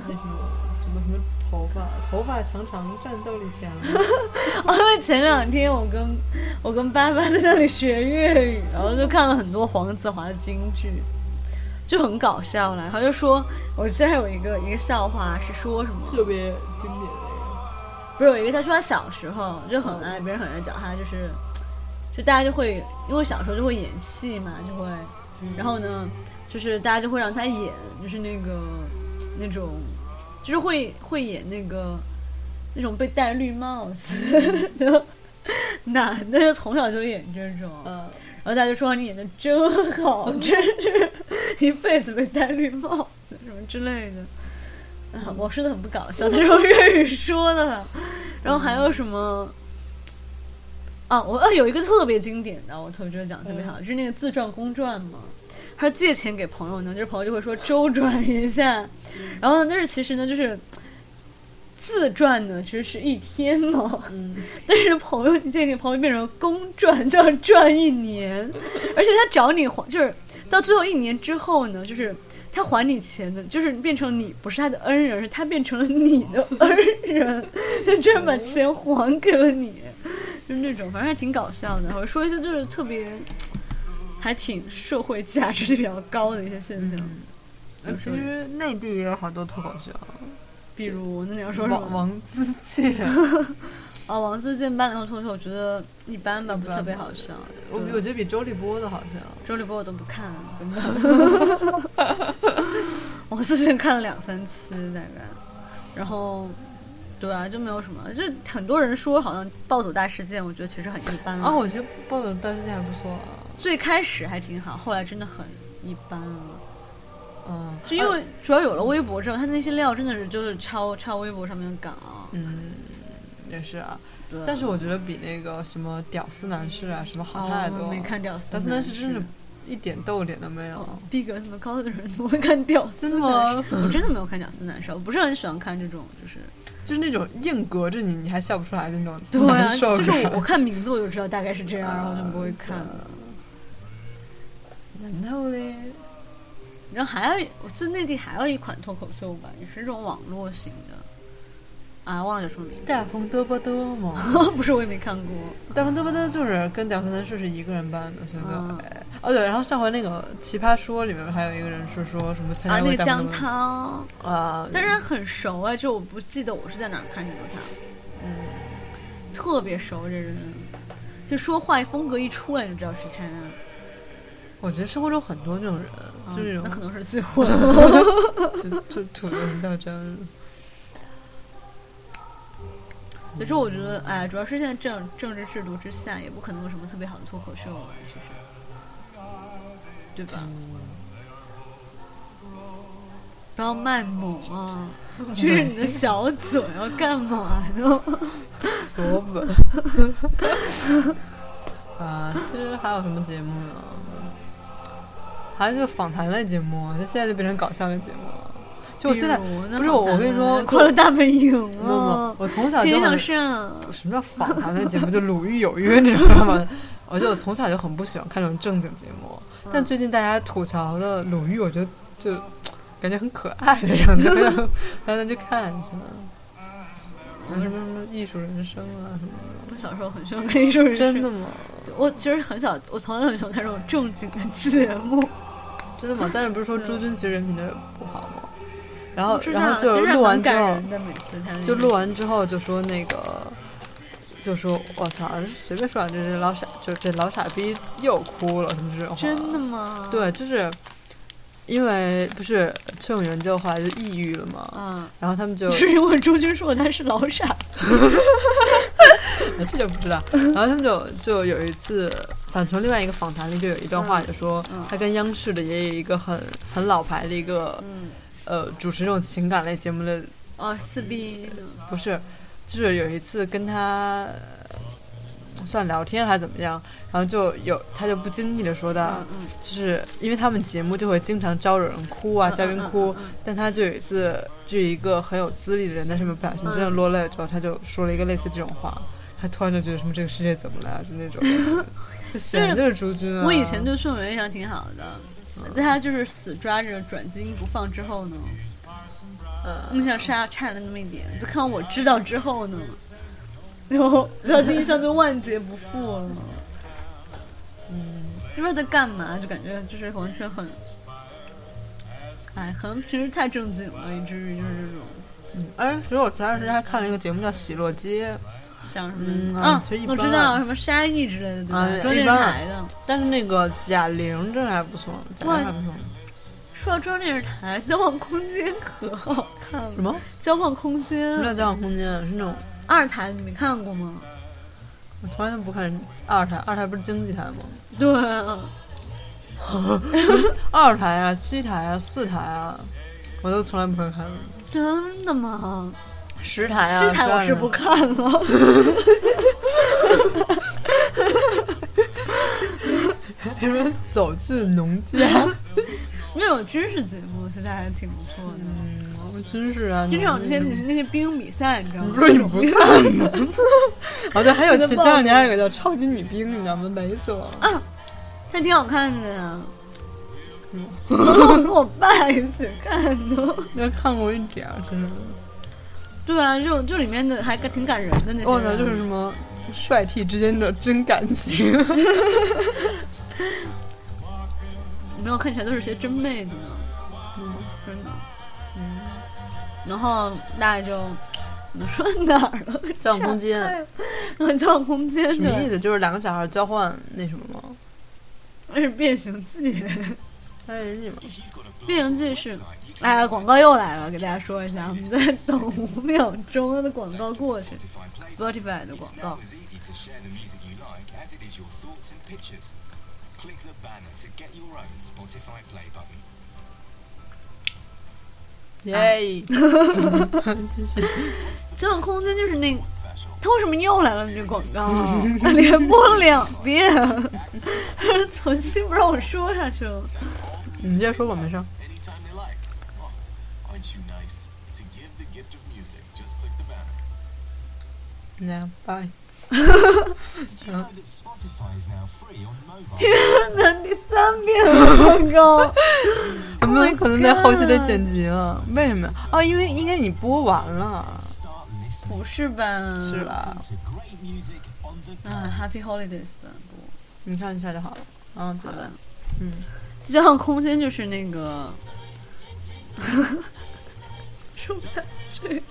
那什么什么什么头发，头发长长，战斗力 [laughs] 强。哦，因为前两天我跟我跟爸爸在那里学粤语，然后就看了很多黄子华的京剧，就很搞笑啦。然后就说，我记得还有一个一个笑话是说什么，特别经典的不是有一个他说他小时候就很爱别人很爱找他，就是就大家就会因为小时候就会演戏嘛，就会，然后呢，就是大家就会让他演，就是那个那种就是会会演那个那种被戴绿帽子 [laughs] 的男的，就从小就演这种，嗯然后大家就说你演的真好，真是一辈子被戴绿帽子什么之类的。啊，我说的很不搞笑，但是用粤语说的。然后还有什么？啊，我啊有一个特别经典的，我特别觉得讲得特别好，就是那个自传公传嘛。他借钱给朋友呢，就是朋友就会说周转一下，然后呢，但是其实呢，就是自传呢，其实是一天嘛， [laughs] 但是朋友你借给朋友变成公转，就要转一年，而且他找你还，就是到最后一年之后呢，就是他还你钱的，就是变成你不是他的恩人，是他变成了你的恩人，他居然把钱还给了你，就是那种，反正还挺搞笑的。我说一些就是特别，还挺社会价值比较高的一些现象，人。呃其实内地也有好多脱口秀，啊比如那你要说什王么？王自健，啊，王自健八零后脱口秀，我觉得一般吧，不是特别好笑。我我觉得比周立波的好像。周立波我都不看，啊根本 [laughs] 我自己看了两三期大概，然后对啊，就没有什么，就很多人说好像暴走大事件，我觉得其实很一般了啊，我觉得暴走大事件还不错啊。最开始还挺好，后来真的很一般了。嗯，就因为主要有了微博之后，他那些料真的是就是抄抄微博上面的稿，也是啊对，但是我觉得比那个什么屌丝男士啊什么好太多。哦没看屌丝屌丝男士真是是一点逗点都没有。逼格这么高的人怎么会看屌丝？真的吗？我真的没有看屌丝难受，我不是很喜欢看这种就是。就是那种硬隔着你，你还笑不出来的那种 [laughs] 对啊，难受就是感。我我看啊名字我就知道大概是这样，然后就不会看了。然后嘞，然后还有一，我记得内地还有一款脱口秀吧，也是这种网络型的，啊，忘了叫什么名字。大红多波多嘛， [laughs] 不是，我也没看过。大红多波多就是跟屌丝男士是一个人办的，所以就啊哎哦对，然后上回那个奇葩说里面还有一个人是说什么参啊，加那过个大姜红多波涛，多啊，但是很熟啊，就我不记得我是在哪儿看见过他，嗯，特别熟这人，就说话风格一出来就知道是他，我觉得生活中很多这种人，就啊是那可这能 [laughs] 是记混了。种就就土人到真。所以说，我觉得，哎，主要是现在政政治制度之下，也不可能有什么特别好的脱口秀了，其实，对吧？不要卖萌啊！嗯 [laughs] 撅着你的小嘴要干嘛呢？索本。 [laughs] 啊，其实还有什么节目呢？还有就是访谈类节目，它现在就变成搞笑类节目了。就我现在比如呢不是我我跟你说访谈快乐大本营不不啊不，，我从小天就天很向上，什么叫访谈类节目？就鲁豫有约， [laughs] 你知道吗？而且我从小就很不喜欢看这种正经节目，嗯但最近大家吐槽的鲁豫，我觉得就感觉很可爱的样子， [laughs] 大家去看是吧？然后什么什么艺术人生啊什么我小时候很喜欢看艺术人的，生真的，吗？我其实很小，我从来都很喜欢看这种正经的节目。真的吗？但是不是说朱军其实人品的不好吗？然后啊我，知道哦然后就其实还录完蛮之感后，人的，每次他们就录完之后就说那个，就说我操，随便说两句，这老傻，就这老傻逼又哭了什么这种话。真的吗？，对，就是因为不是崔永元就后来就抑郁了嘛，嗯。然后 [laughs] 他们就你是因为朱军说他是老傻，这就不知道。然后他们就就有一次，反正从另外一个访谈里就有一段话，就说他跟央视的也有一个很很老牌的一个，呃，主持这种情感类节目的，哦，四 B 不是，就是有一次跟他。算聊天还是怎么样，然后就有他就不经意的说到，嗯就是因为他们节目就会经常招惹人哭嗯啊，嘉宾哭，但他就有一次，就一个很有资历的人在上面不小心真嗯的落泪了之后，他就说了一个类似这种话，他突然就觉得什么这个世界怎么了啊，就那 [laughs] 种感觉，这显然就是朱军啊。我以前对宋元印象挺好的，但他就是死抓着转基因不放之后呢，印象差差了那么一点。就看我知道之后呢，然 [laughs] 后然后第一印象就万劫不复了。嗯，不知道在干嘛，嗯就感觉就是完全很，哎，可能平时太正经了，以至于就是这种。哎，其实我前段时间还看了一个节目叫《喜落街像什嗯么啊啊其实一，我般知道什么沙溢之类的，对吧啊？中央一电视般台的。》，但是那个贾玲真的还不错，贾玲还不错。说到中央电视台，《交换空间》可好看了，什么？ 《交换空间什么叫交往空间？是那种二台》你没看过吗？我从来都不看二台，二台不是经济台吗？对啊，二台啊，七台啊，四台啊，我都从来不会看。真的吗？十台啊，七台我是啊12不看了，你们走进农家，那种军事节目其实还挺不错的。真是啊！经常有那些那些兵戎比赛，你知道吗？不是你不看吗？哦，对，还有真的前棒两年还有一个叫《超级女兵》，你知道吗？雷死我了！这挺好看的呀。我跟 [laughs] 我爸一起看的，就看过一点儿，真是。 [laughs] 对啊，这种这里面的还挺感人的那些人，我 [laughs] 操，啊就是什么帅气之间的真感情。你没有看起来都是些真妹子呢，嗯，真的，嗯，然后大家就你说哪儿 [laughs] 了？交换空间 [laughs] 然 [laughs] 后交换空间什 [laughs] 么哎意对，思？就是两个小孩交换那什么吗？那哎是变形记，哎，你们变形记是。哎，广告又来了，给大家说一下，我们再等五秒钟的广告过去，Spotify 的广告。耶！真是交换空间就是那，他为什么又来了你这广 [laughs] 告？连播两遍， [laughs] 存心不让我说下去了。你接着说吧，没事儿。 anytime they like. Oh, aren't you nice? To give the gift of music, just click the banner. 那 [laughs] 拜。 Did you know that Spotify is now free on mobile? 那第三遍了广 [laughs] 告。有没 Oh 有可能在后期的剪辑了？为什么呀？哦，因为应该你播完了。 Start listening. 不是吧？是吧？ to great music on the 啊，Happy Holidays 吧，不，你看一下就好了。嗯，好吧，嗯，就加上空间就是那个， [laughs] 说不下去，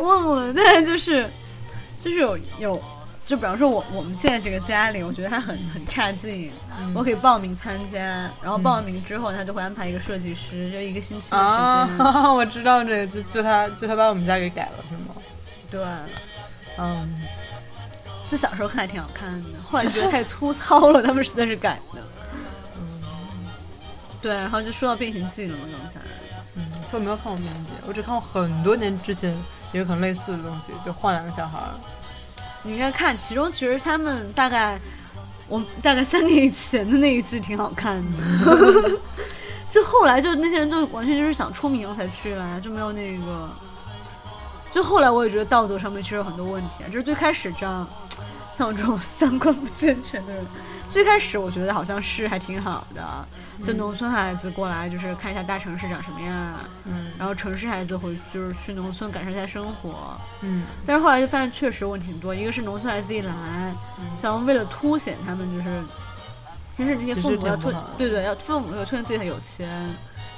忘了，但是就是就是有有，就比方说我我们现在这个家里，我觉得它很很差劲，嗯我可以报名参加，然后报名之后他就会安排一个设计师，就一个星期的时间，啊， [laughs] 我知道这个，就就他就他把我们家给改了是吗？对。嗯，就小时候看还挺好看的，后来觉得太粗糙了，他们实在是改的。对，然后就说到《变形记》了嘛，刚才。说没有看过《变形记》，我只看过很多年之前有一个很类似的东西，就换两个小孩儿。你应该看，其中其实他们大概，我大概三年以前的那一季挺好看的，就后来就那些人就完全就是想出名才去啦，就没有那个。就后来我也觉得道德上面其实有很多问题，啊就是最开始这样，像我这种 [laughs] 三观不健全的人，最开始我觉得好像是还挺好的，就农村孩子过来就是看一下大城市长什么样啊，嗯然后城市孩子回就是去农村感受一下生活，嗯但是后来就发现确实问题挺多，一个是农村孩子一来，嗯想要为了凸显他们就是，其实那些其实父母要挺推不好的，对对，要父母要推荐自己很有钱，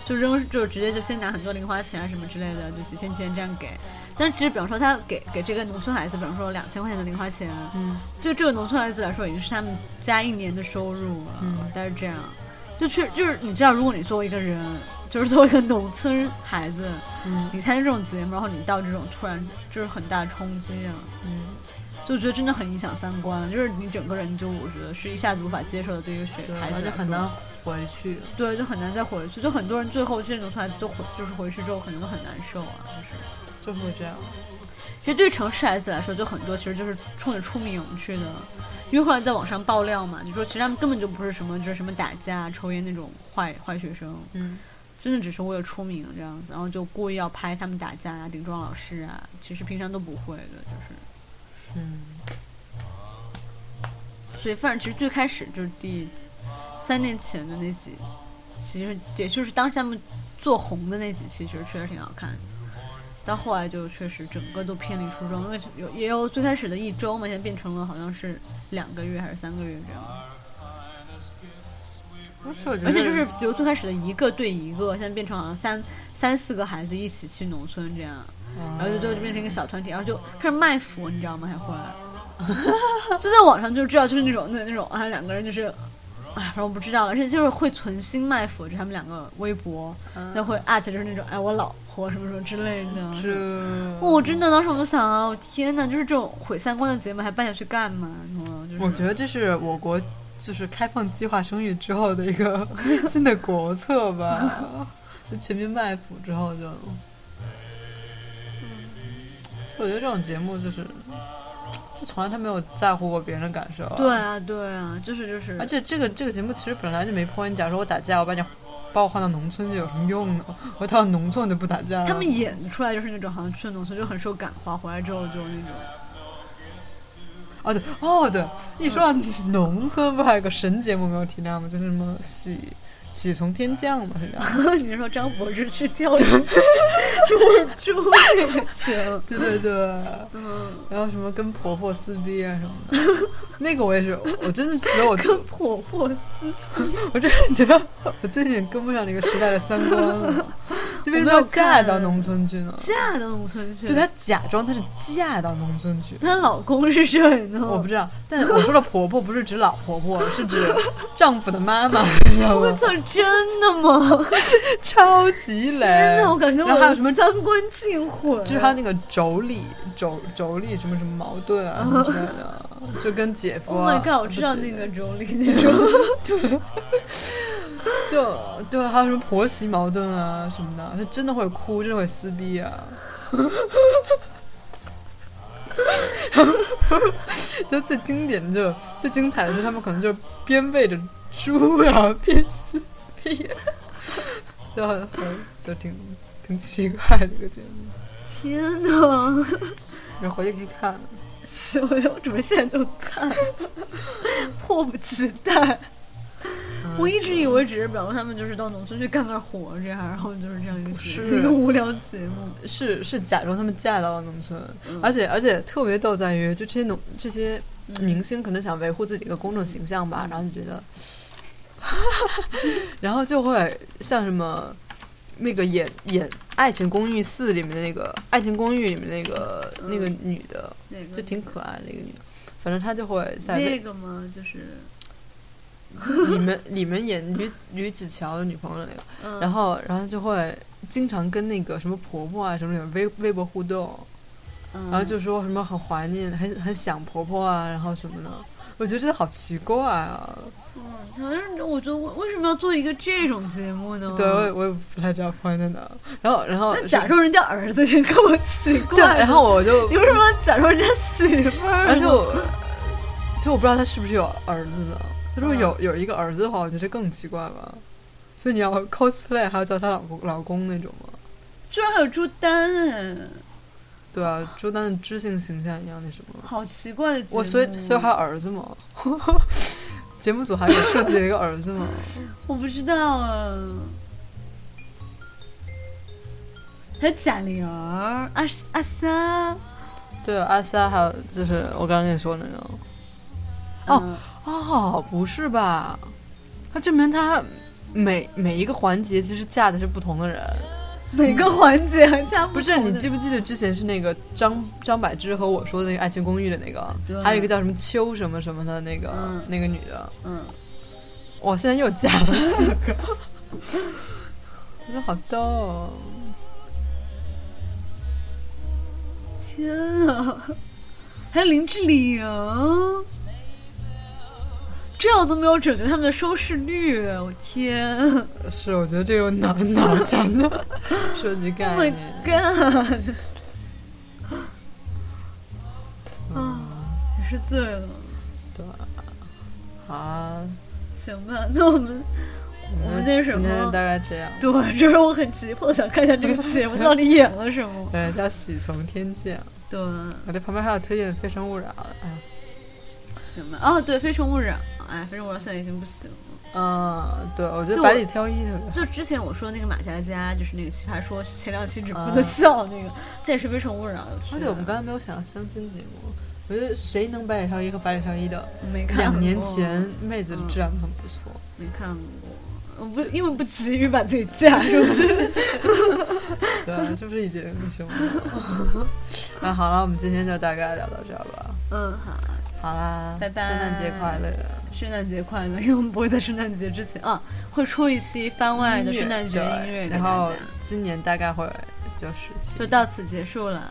就扔就直接就先拿很多零花钱啊什么之类的，就几千几千这样给。但是其实，比方说他给给这个农村孩子，比方说两千块钱的零花钱，嗯，对这个农村孩子来说，已经是他们家一年的收入了。嗯但是这样，就去就是你知道，如果你作为一个人，就是作为一个农村孩子，嗯你参加这种节目，然后你到这种突然就是很大的冲击啊，嗯，就觉得真的很影响三观，就是你整个人就我觉得是一下子无法接受的，对一个学对，孩子而且来很说难回去。对，就很难再回去，就很多人最后这种孩子都回，就是回去之后可能都很难受啊，就是。就会这样。其实对于城市孩子来说，就很多其实就是冲着出名去的，因为后来在网上爆料嘛，就说其实他们根本就不是什么就是什么打架、抽烟那种坏坏学生，嗯，真的只是为了出名这样子，然后就故意要拍他们打架啊、顶撞老师啊，其实平常都不会的，就是，嗯，所以反正其实最开始就是第三年前的那几，其实也就是当时他们做红的那几期，其实确实挺好看的。到后来就确实整个都偏离初衷，因为有也有最开始的一周嘛，现在变成了好像是两个月还是三个月这样，而且我觉得，而且就是比如最开始的一个对一个，现在变成好像三三四个孩子一起去农村这样，然后就最后就变成一个小团体，然后就开始卖腐，你知道吗？还会 [laughs] 就在网上就知道，就是那种那那种啊，两个人就是。哎，反正我不知道了，而且就是会存心卖腐，就他们两个微博，嗯那会艾特就是那种哎我老婆什么什么之类的，是我真的当时我就想啊，我天哪，就是这种毁三观的节目还办下去干嘛呢？就是我觉得这是我国就是开放计划生育之后的一个 [laughs] 新的国策 [laughs] 吧，就全民卖腐之后就，嗯我觉得这种节目就是，就从来他没有在乎过别人的感受、啊，对，啊，对啊，就是就是，而且这个这个节目其实本来就没破，你假如说我打架，我把你把我换到农村去有什么用呢？我到农村就不打架了，他们演出来就是那种好像去了农村就很受感化，回来之后就那种。 [laughs] 哦对哦对，一说到农村，不是还有个神节目没有提到吗？就是什么喜喜从天降嘛，是这样。你是说张柏芝去钓鱼捉猪 [laughs] 那个节目？对对对， [laughs] 嗯，然后什么跟婆婆撕逼啊什么的， [laughs] 那个我也是，我真的觉得我跟婆婆撕， [laughs] 我真的觉得我最近跟不上这个时代的三观 [laughs] 了，就为什么要嫁到农村去呢？嫁到农村去，就她假装她是嫁到农村去，她老公是谁呢？我不知道，但我说的婆婆不是指老 [laughs] 婆婆，是指丈夫的妈妈，你知道我吗？操，真的吗？超级雷！天哪，我感觉哎然我后还有什么三观尽毁了。就是他那个妯娌、妯妯娌什么什么矛盾啊什么之类的，就跟姐夫、嗯 [laughs] Oh 啊。 my god！我知道不那姐个妯娌那种。 [laughs] 就对，还有什么婆媳矛盾啊什么的，就真的会哭，真的会撕逼啊。 [laughs] 就最经典的就是最精彩的是他们可能就是边喂着猪，然后边撕逼，就很就挺挺奇怪的一个节目，天哪！你回去可以看。啊 [laughs] 行，我准备现在就看，迫不及待。嗯我一直以为只是表哥他们就是到农村去干干活这样，然后就是这样一个节目是一个无聊节目。是是假装他们嫁到了农村，而且而且特别逗在于，就这些农这些明星可能想维护自己的公众形象吧，然后就觉得，然后就会像什么那个演演《爱情公寓四》里面的那个《爱情公寓》里面那个、那个女的，那个就挺可爱的一个女的，反正她就会在那个吗？就是，里 [laughs] 面里面演吕吕子乔的女朋友那个，嗯、然后然后就会经常跟那个什么婆婆啊什么的微微博互动。嗯，然后就说什么很怀念、很很想婆婆啊，然后什么的。嗯我觉得这好奇怪啊！好像是我觉得我为什么要做一个这种节目呢？对，我也我也不太知道朋友在哪。然后，然后嗯那是假装人家儿子就够奇怪对，的。然后我就你，为什么要假装人家媳妇儿呢？而且我，其实我不知道他是不是有儿子的。他嗯如果有有一个儿子的话，我觉得更奇怪吧。所以你要 cosplay 还要叫他老公老公那种吗？居然还有朱丹，哎对啊，朱丹的知性形象一样那什么。好奇怪的节目。我所以所以还有儿子吗？节目组还给设计了一个儿子吗？我不知道啊。还有贾玲儿、阿阿三，对，阿三还有就是我刚刚跟你说那个，哦嗯，哦，不是吧？那证明他每每一个环节其实嫁的是不同的人。 [laughs] 每个环节还加不是，同的你记不记得之前是那个张张柏芝和我说的那个《爱情公寓》的那对个，还有一个叫什么秋什么什么的那个、嗯那个女的，嗯，哇，现在又嫁了四个，真的好逗哦、天啊，还有林志玲，这我都没有准确他们的收视率，我天啊是，我觉得这种脑脑残的设计概，Oh my 念。 god！啊，也是醉了，好啊，行吧，那我们我们那什今天么大。概这样，对，这是我很急迫地想看一下这个节目到底演了什么。对，叫喜从天降。对，我这旁边还有推荐《非诚勿扰》，哎，行吧。哦，对，《非诚勿扰》哎，《非诚勿扰》现在已经不行了。嗯，对，我觉就得我百里挑一特别好。就之前我说那个马佳佳，就是那个奇葩说前两期只播呃的笑那个，她也是《非诚勿扰》有去的。而且哦我们刚才没有想到相亲节目，我觉得谁能百里挑一和百里挑一的，没看过两年前妹子的质量很不错。没看过，我不因为不急于把自己嫁出 [laughs] 去。对，这不是已经那什么了？那好了，我们今天就大概聊到这儿吧。嗯，好，好啦，拜拜圣诞节快乐！圣诞节快乐！因为我们不会在圣诞节之前啊，会出一期番外的圣诞节对音乐给大然家，后今年大概会就是就到此结束 [laughs] 了。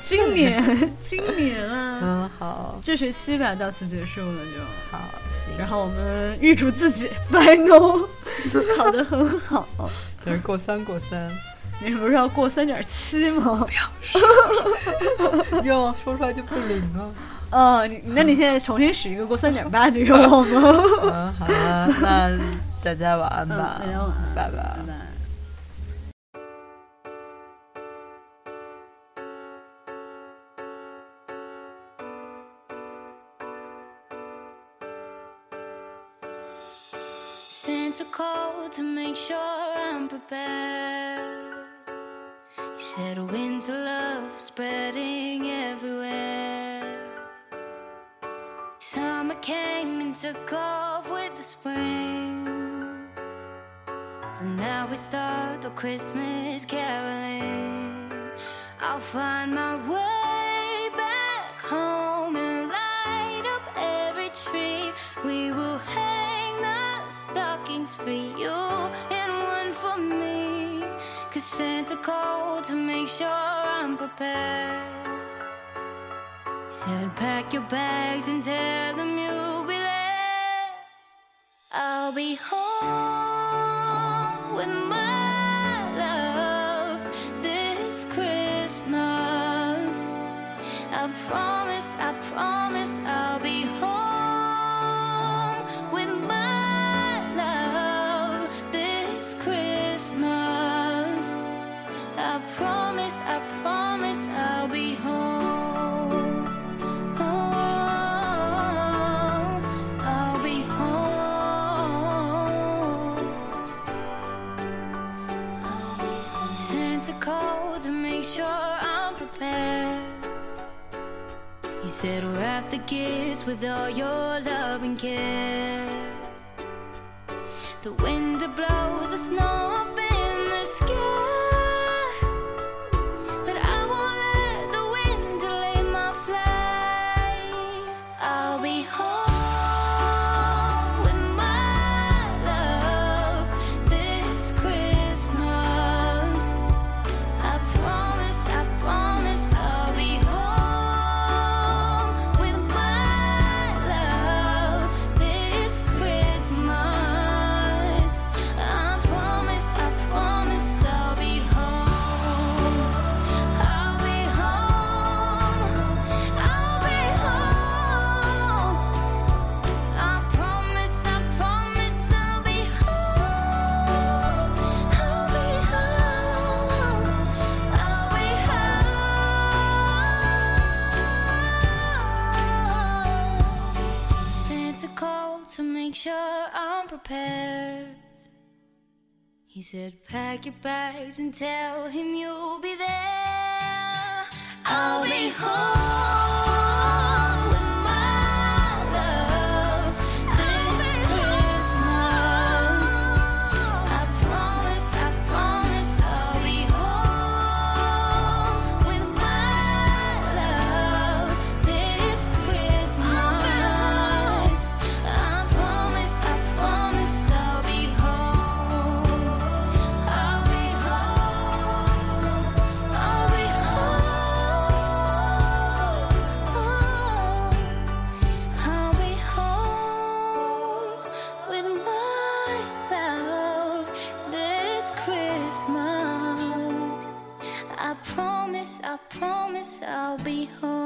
今年，今年啊。嗯，好这学期吧，到此结束了就。好行，然后我们预祝自己白农考得很好。对，过三 [laughs] 过三，你不是要过三点七吗？愿望说出来就不灵了。哦，你那你现在重新使一个过三点八这个愿望吗？嗯，好啦，那大家晚安吧，嗯大家晚安拜拜拜。拜。 Sent a call to make sure I'm prepared. You said winter love is spreading everywhere. Summer came and took off with the spring. So now we start the Christmas caroling. I'll find my way back home and light up every tree. We will hang the stockings for you and one for me. Cause Santa called to make sure I'm prepared. Said pack your bags and tell them you'll be there. I'll be home with my love this Christmas. I promise, I promise I'll be home with my love this Christmas. I promise, I promise I'll be home. Oh, I'll be home. to make sure I'm prepared. You said wrap the gifts with all your love and care. The wind that blows the snow up in the sky. But I won't let the wind delay my flight. I'll be home with my love this Christmas. I promise, I promise I'll be home with my love this Christmas. I promise, I promise I'll be home. I'll be home. I'll be home. I promise, I promise I'll be home. I'll be home. I'll be home. Santa called to make sure I'm prepared. He said, Pack your bags and tell him you'll be there. I'll be home. with my love this Christmas. I promise, I promise I'll be home with my love this Christmas. I promise, I promise I'll be home. I'll be home. I'll be home. I'll be home with my love this Christmas. I promise, I promise I'll be home.